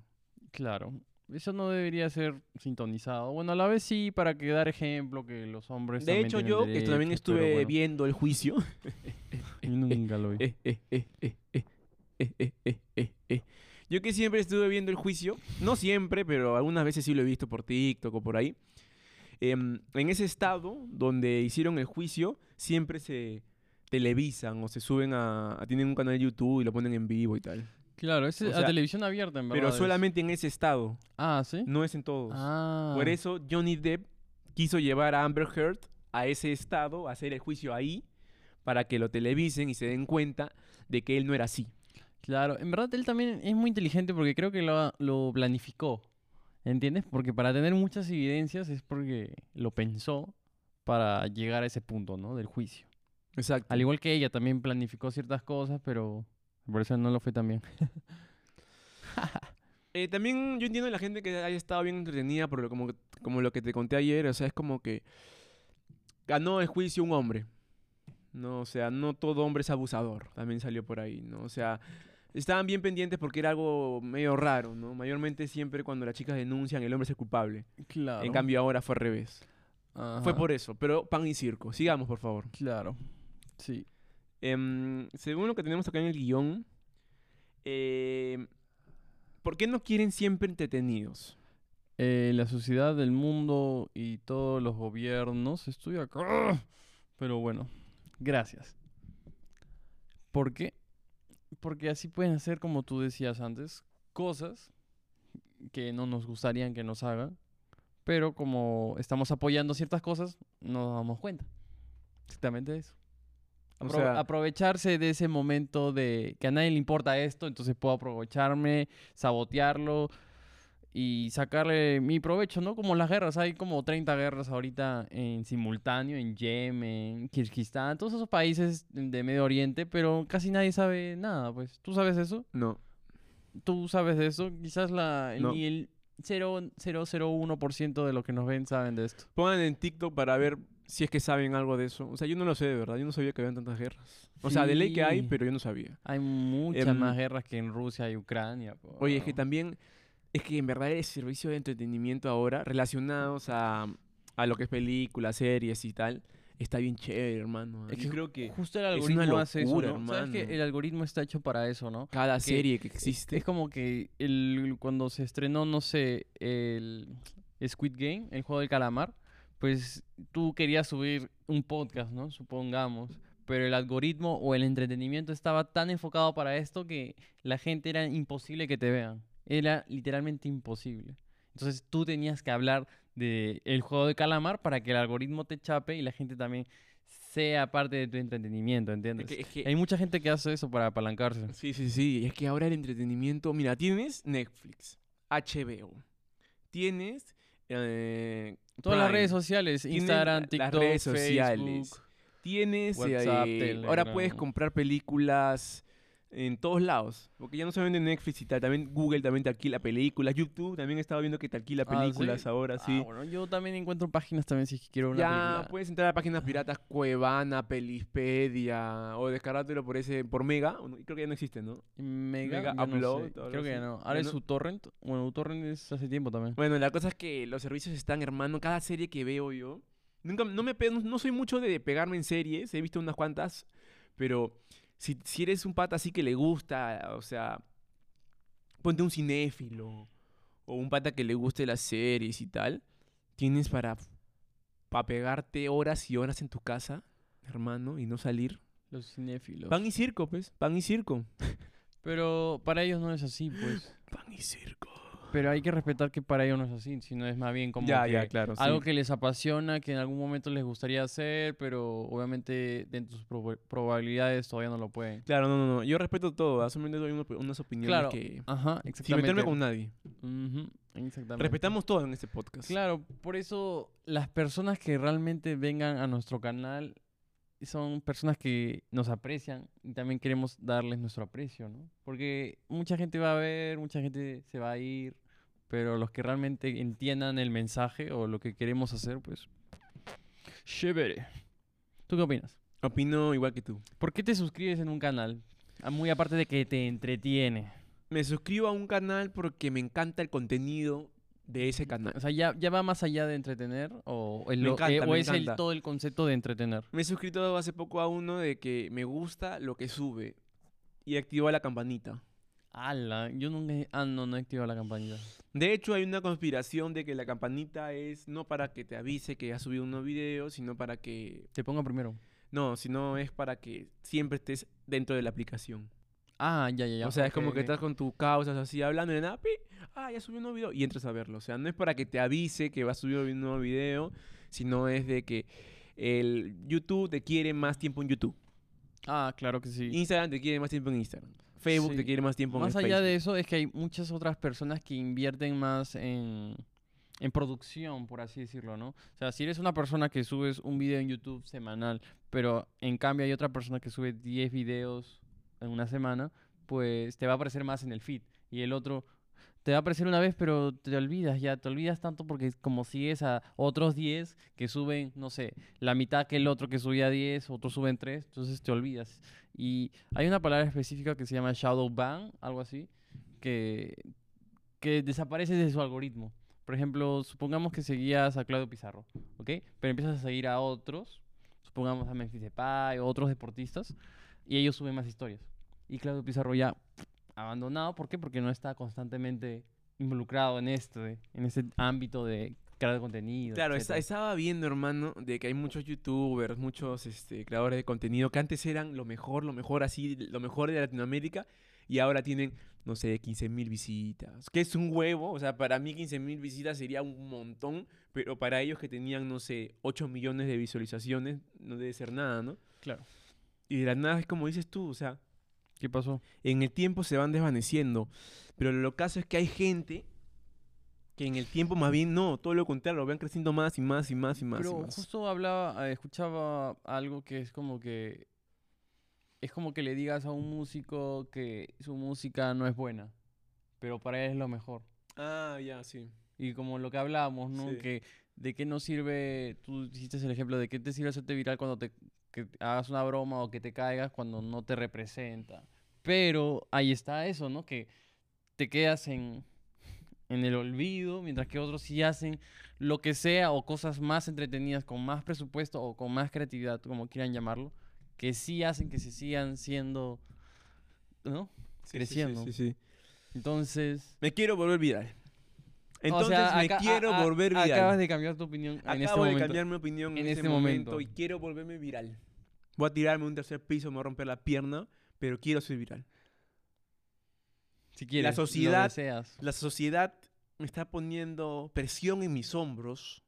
B: Claro. Eso no debería ser sintonizado. Bueno, a la vez sí, para que dar ejemplo que los hombres
A: De
B: también
A: hecho,
B: tienen
A: yo, que también
B: derechos, pero
A: estuve
B: bueno,
A: viendo el juicio,
B: yo nunca lo vi.
A: Eh, eh, eh, eh, eh, eh, eh, eh, eh, eh. Yo que siempre estuve viendo el juicio, no siempre, pero algunas veces sí lo he visto por TikTok o por ahí. em, en ese estado donde hicieron el juicio, siempre se televisan o se suben a, a- Tienen un canal de YouTube y lo ponen en vivo y tal.
B: Claro, es
A: O
B: la
A: sea,
B: televisión abierta, en verdad.
A: Pero
B: es.
A: solamente en ese estado,
B: Ah, ¿sí?
A: no es en todos.
B: Ah.
A: Por eso Johnny Depp quiso llevar a Amber Heard a ese estado, a hacer el juicio ahí, para que lo televisen y se den cuenta de que él no era así.
B: Claro, en verdad él también es muy inteligente porque creo que lo, lo planificó. ¿Entiendes? Porque para tener muchas evidencias es porque lo pensó para llegar a ese punto, ¿no? Del juicio.
A: Exacto.
B: Al igual que ella también planificó ciertas cosas, pero por eso no lo fue tan bien.
A: Eh, también yo entiendo a la gente que haya estado bien entretenida por lo, como, como lo que te conté ayer. O sea, es como que ganó el juicio un hombre. No, o sea, no todo hombre es abusador. También salió por ahí, ¿no? O sea, estaban bien pendientes porque era algo medio raro, ¿no? Mayormente siempre cuando las chicas denuncian, el hombre es el culpable.
B: Claro.
A: En cambio ahora fue al revés. Fue por eso, pero pan y circo. Sigamos, por favor.
B: e- Claro. Sí.
A: Em, según lo que tenemos acá en el guión, em, ¿por qué no quieren siempre entretenidos?
B: Eh, la sociedad del mundo y todos los gobiernos. Estoy acá. Pero bueno, gracias. ¿Por qué? Porque así pueden hacer, como tú decías antes, cosas que no nos gustarían que nos hagan. Pero como estamos apoyando ciertas cosas, no nos damos cuenta. Exactamente eso.
A: O
B: Apro-
A: sea-
B: aprovecharse de ese momento de que a nadie le importa esto, entonces puedo aprovecharme, sabotearlo, y sacarle mi provecho, ¿no? Como las guerras, hay como 30 guerras ahorita en simultáneo, en Yemen, Kirguistán, todos esos países de Medio Oriente, pero casi nadie sabe nada, pues. ¿Tú sabes eso?
A: No.
B: ¿Tú sabes de eso? Quizás la,
A: No.
B: ni el 0,001% de los que nos ven saben de esto.
A: Pongan en TikTok para ver si es que saben algo de eso. O sea, yo no lo sé de verdad. Yo no sabía que habían tantas guerras. O sea, de ley que hay,
B: Sí.
A: pero yo no sabía.
B: Hay muchas más
A: Em,
B: guerras que en Rusia y Ucrania. po.
A: Oye, es que también, es que en verdad el servicio de entretenimiento ahora, relacionados a, a lo que es películas, series y tal, está bien chévere, hermano.
B: Es
A: Yo
B: que
A: creo que
B: Justo el
A: es una
B: algoritmo hace eso,
A: locura,
B: ¿no? ¿Sabes que
A: hermano.
B: el algoritmo está hecho para eso, ¿no?
A: cada
B: que
A: serie que
B: Es-
A: existe.
B: Es como que el, cuando se estrenó, no sé, el Squid Game, el juego del calamar, pues tú querías subir un podcast, ¿no? Supongamos. Pero el algoritmo o el entretenimiento estaba tan enfocado para esto que la gente era imposible que te vean. Era literalmente imposible. Entonces tú tenías que hablar de el juego del calamar para que el algoritmo te chape y la gente también sea parte de tu entretenimiento, ¿entiendes?
A: que- es que-
B: Hay mucha gente que hace eso para apalancarse.
A: Sí, sí, sí. y Es que ahora el entretenimiento. Mira, tienes Netflix, HBO, tienes. eh,
B: Todas las
A: Prime,
B: redes sociales,
A: Tienen
B: Instagram,
A: la-
B: TikTok,
A: las redes sociales.
B: Facebook.
A: Tienes. eh,
B: WhatsApp,
A: eh, ahora puedes
B: Telegram.
A: comprar películas en todos lados. Porque ya no solamente Netflix y tal. También Google también te alquila películas. YouTube también estaba viendo que te alquila
B: Ah,
A: películas
B: ¿sí?
A: ahora,
B: Ah,
A: sí.
B: bueno, yo también encuentro páginas también si es que quiero una
A: ya pues,
B: película.
A: puedes entrar a páginas piratas Cuevana, Pelispedia o descargártelo por ese por Mega, o no, creo que ya no existe, ¿no?
B: Mega,
A: Mega
B: ya no sé,
A: Upload, algo
B: Creo que ya
A: así.
B: no. Ahora
A: Ya
B: es
A: no.
B: UTorrent. Bueno, UTorrent es hace tiempo también.
A: Bueno, la cosa es que los servicios están, hermano. Cada serie que veo yo. Nunca, no, me, pe- no, no soy mucho de pegarme en series. He visto unas cuantas. Pero si, si eres un pata así que le gusta, o sea. Ponte un cinéfilo. O un pata que le guste las series y tal. Tienes para, para pegarte horas y horas en tu casa, hermano, y no salir.
B: Los cinéfilos.
A: Pan y circo, pues. Pan y circo.
B: Pero para ellos no es así, pues.
A: Pan y circo.
B: Pero hay que respetar que para ellos no es así, sino es más bien como
A: ya,
B: que
A: ya, claro. sí.
B: algo que les apasiona, que en algún momento les gustaría hacer, pero obviamente dentro de sus proba- probabilidades todavía no lo pueden.
A: Claro, no, no, no. Yo respeto todo. Solamente doy una- unas opiniones
B: Claro.
A: que.
B: Ajá,
A: Sin
B: exactamente.
A: meterme con nadie.
B: Ujú, exactamente.
A: Respetamos todo en este podcast.
B: Claro, por eso las personas que realmente vengan a nuestro canal son personas que nos aprecian y también queremos darles nuestro aprecio, ¿no? Porque mucha gente va a ver, mucha gente se va a ir, pero los que realmente entiendan el mensaje o lo que queremos hacer, pues... Chévere. ¿Tú qué opinas?
A: Opino igual que tú.
B: ¿Por qué te suscribes en un canal? Ah, Muy aparte de que te entretiene.
A: Me suscribo a un canal porque me encanta el contenido de ese
B: O
A: canal.
B: sea, ya, ya va más allá de entretener o, el
A: Me
B: lo- eh,
A: encanta,
B: o
A: me
B: es el-
A: encanta.
B: todo el concepto de entretener.
A: Me he suscrito hace poco a uno de que me gusta lo que sube y activo la campanita.
B: Ala, yo nunca. he- Ah, no, no he activado la campanita.
A: De hecho, hay una conspiración de que la campanita es no para que te avise que has subido un nuevo video, sino para que...
B: Te pongo primero.
A: No, sino es para que siempre estés dentro de la aplicación.
B: Ah, ya, ya, ya.
A: o sea, es
B: ok,
A: como que
B: ok.
A: estás con tus causas así hablando y de nada, pi, ah, ya subió un nuevo video y entras a verlo. O sea, no es para que te avise que va a subir un nuevo video, sino es de que el YouTube te quiere más tiempo en YouTube.
B: Ah, claro que sí.
A: Instagram te quiere más tiempo en Instagram. Facebook
B: Sí.
A: te quiere más tiempo en
B: Más allá
A: Facebook.
B: de eso, es que hay muchas otras personas que invierten más en, en producción, por así decirlo, ¿no? O sea, si eres una persona que subes un video en YouTube semanal, pero en cambio hay otra persona que sube 10 videos en una semana, pues te va a aparecer más en el feed. Y el otro te va a aparecer una vez, pero te olvidas ya, te olvidas tanto porque como sigues a otros 10 que suben, no sé, la mitad que el otro que subía 10, otros suben 3, entonces te olvidas. Y hay una palabra específica que se llama shadow ban, algo así, que, que desaparece de su algoritmo. Por ejemplo, supongamos que seguías a Claudio Pizarro, ¿ok? Pero empiezas a seguir a otros, supongamos a Memphis Depay o otros deportistas, y ellos suben más historias. Y Claudio Pizarro ya abandonado, ¿por qué? Porque no está constantemente involucrado en este, en este ámbito de crear contenido.
A: Claro, esta-
B: etcétera.
A: estaba viendo, hermano, de que hay muchos youtubers, muchos este, creadores de contenido que antes eran lo mejor, lo mejor así, lo mejor de Latinoamérica y ahora tienen, no sé, 15 mil visitas, que es un huevo, o sea, para mí 15 mil visitas sería un montón, pero para ellos que tenían, no sé, 8 millones de visualizaciones, no debe ser nada, ¿no?
B: Claro.
A: Y de la nada es como dices tú, o sea,
B: ¿Qué pasó?
A: en el tiempo se van desvaneciendo. Pero lo caso es que hay gente que en el tiempo más bien no, todo lo contrario, van creciendo más y más y más y más. y
B: Pero
A: más.
B: justo hablaba, eh, escuchaba algo que es como que es como que le digas a un músico que su música no es buena, pero para él es lo mejor.
A: Ah, ya, sí.
B: Y como lo que hablábamos, ¿no?
A: Sí.
B: Que de qué nos sirve, tú hiciste el ejemplo de qué te sirve hacerte viral cuando te que hagas una broma o que te caigas cuando no te representa. Pero ahí está eso, ¿no? Que te quedas en, en el olvido, mientras que otros sí hacen lo que sea o cosas más entretenidas, con más presupuesto o con más creatividad, como quieran llamarlo, que sí hacen que se sigan siendo, ¿no? sí, Creciendo. sí, Entonces...
A: Me quiero volver viral.
B: o
A: Entonces
B: sea,
A: me
B: acá-
A: quiero
B: a- a-
A: volver viral.
B: Acabas de cambiar tu opinión en este
A: Acabo de
B: momento.
A: cambiar mi opinión en,
B: en
A: este,
B: este
A: momento.
B: momento.
A: y quiero volverme viral. Voy a tirarme a un tercer piso, me voy a romper la pierna, pero quiero ser viral.
B: Si quieres, lo
A: sociedad-
B: deseas.
A: La sociedad me está poniendo presión en mis hombros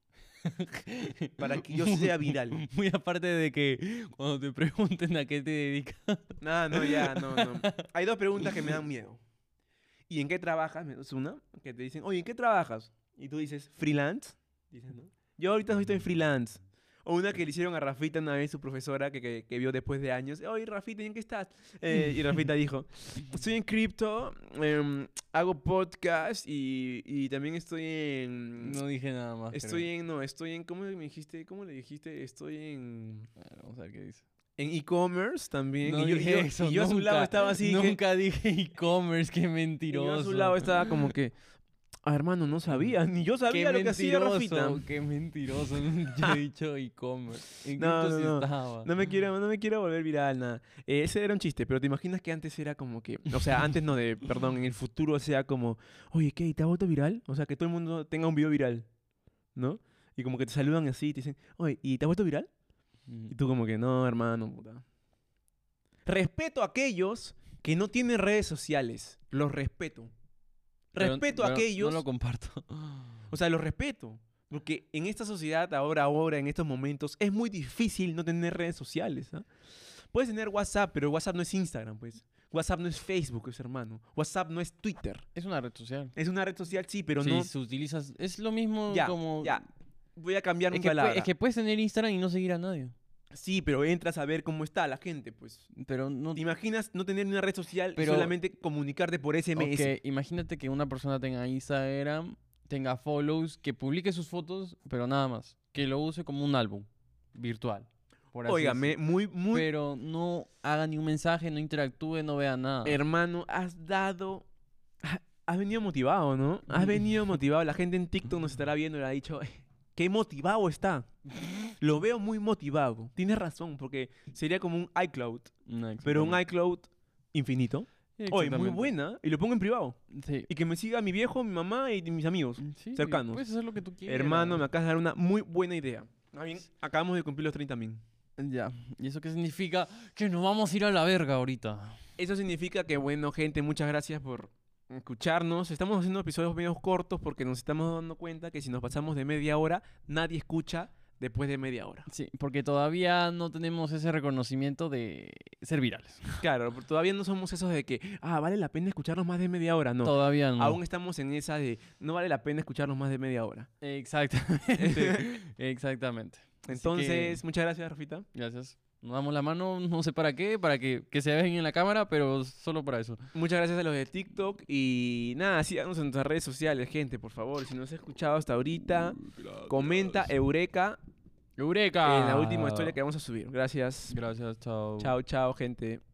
A: para que yo sea viral.
B: Muy aparte de que cuando te pregunten a qué te dedicas.
A: No, no, ya, no, no. Hay dos preguntas que me dan miedo. ¿Y en qué trabajas? Es una que te dicen, oye, ¿en qué trabajas? Y tú dices, freelance. Dices, ¿no? Yo ahorita estoy en freelance. O una que le hicieron a Rafita una vez, su profesora, que, que- que vio después de años. Oye, Rafita, ¿y en qué estás? Eh, y Rafita dijo, estoy en cripto, em, hago podcast y, y también estoy en...
B: No dije nada más. creo.
A: estoy en... No, estoy en... ¿Cómo me dijiste? ¿Cómo le dijiste? Estoy en...
B: A ver, Vamos a ver qué dice.
A: En e-commerce también.
B: No
A: y yo, y
B: dije
A: yo-
B: eso,
A: y yo a su lado
B: nunca,
A: estaba así. dije-
B: Nunca dije e-commerce, qué
A: y
B: mentiroso.
A: yo a su lado estaba como que. Ah, hermano, no sabía. Ni yo
B: Qué
A: sabía lo que hacía Rafita.
B: mentiroso, qué mentiroso. Yo he dicho e-commerce. En
A: No,
B: cripto
A: no,
B: sí
A: no.
B: estaba.
A: No me, quiero, no me quiero volver viral, nada. Eh, ese era un chiste, pero te imaginas que antes era como que. O sea, antes no de. Perdón, en el futuro sea como. Oye, ¿qué? ¿Te ha vuelto viral? O sea, que todo el mundo tenga un video viral. ¿No? Y como que te saludan así y te dicen. Oye, ¿y te ha vuelto viral?
B: Mm.
A: Y tú como que, no, hermano, puta. Respeto a aquellos que no tienen redes sociales. Los respeto.
B: Pero-
A: Respeto a
B: pero
A: aquellos...
B: No lo comparto.
A: O sea, los respeto. Porque en esta sociedad, ahora, ahora, en estos momentos, es muy difícil no tener redes sociales. ¿ah? Puedes tener WhatsApp, pero WhatsApp no es Instagram, pues. WhatsApp no es Facebook, es hermano. WhatsApp no es Twitter.
B: Es una red social.
A: Es una red social, sí, pero
B: si
A: no...
B: se utilizas... Es lo mismo
A: Ya,
B: como...
A: ya. Voy a cambiar mi
B: Es que, pue-
A: palabra.
B: es que puedes tener Instagram y no seguir a nadie.
A: Sí, pero entras a ver cómo está la gente, pues.
B: Pero no.
A: ¿Te imaginas no tener una red social
B: Pero-
A: solamente comunicarte por SMS?
B: Ok, imagínate que una persona tenga Instagram, tenga follows, que publique sus fotos, pero nada más. Que lo use como un álbum virtual. Por así
A: Óigame,
B: decirlo.
A: muy, muy
B: Pero no haga ni un mensaje, no interactúe, no vea nada.
A: hermano, has dado. Has venido motivado, ¿no? Has venido motivado. La gente en TikTok nos estará viendo y le ha dicho, qué motivado está. Lo veo muy motivado. Tienes razón, porque sería como un iCloud,
B: No,
A: pero un
B: exactamente.
A: iCloud infinito. Oye, muy
B: Exactamente.
A: buena. ¿eh? Y lo pongo en privado.
B: Sí.
A: Y que me siga mi viejo, mi mamá y mis amigos.
B: Sí,
A: cercanos.
B: Puedes hacer lo que tú quieras.
A: Hermano, me acabas de dar una muy buena idea. Más bien, acabamos de cumplir los 30 mil.
B: Ya. ¿Y eso qué significa? Que nos vamos a ir a la verga ahorita.
A: Eso significa que, bueno, gente, muchas gracias por escucharnos. Estamos haciendo episodios medio cortos porque nos estamos dando cuenta que si nos pasamos de media hora, nadie escucha después de media hora.
B: Sí, porque todavía no tenemos ese reconocimiento de ser virales.
A: Claro, por- todavía no somos esos de que, ah, vale la pena escucharnos más de media hora. No,
B: Todavía no.
A: aún estamos en esa de, no vale la pena escucharnos más de media hora.
B: Exactamente. Exactamente. Así que,
A: Entonces, muchas gracias, Rafita.
B: gracias. Nos damos la mano, no sé para qué, para que, que se vean en la cámara, pero solo para eso.
A: Muchas gracias a los de TikTok y nada, síganos en nuestras redes sociales, gente, por favor. Si nos has escuchado hasta ahorita, comenta Eureka
B: ¡Eureka!
A: Ah. en la última historia que vamos a subir. Gracias.
B: Gracias, chao.
A: Chao, chao, gente.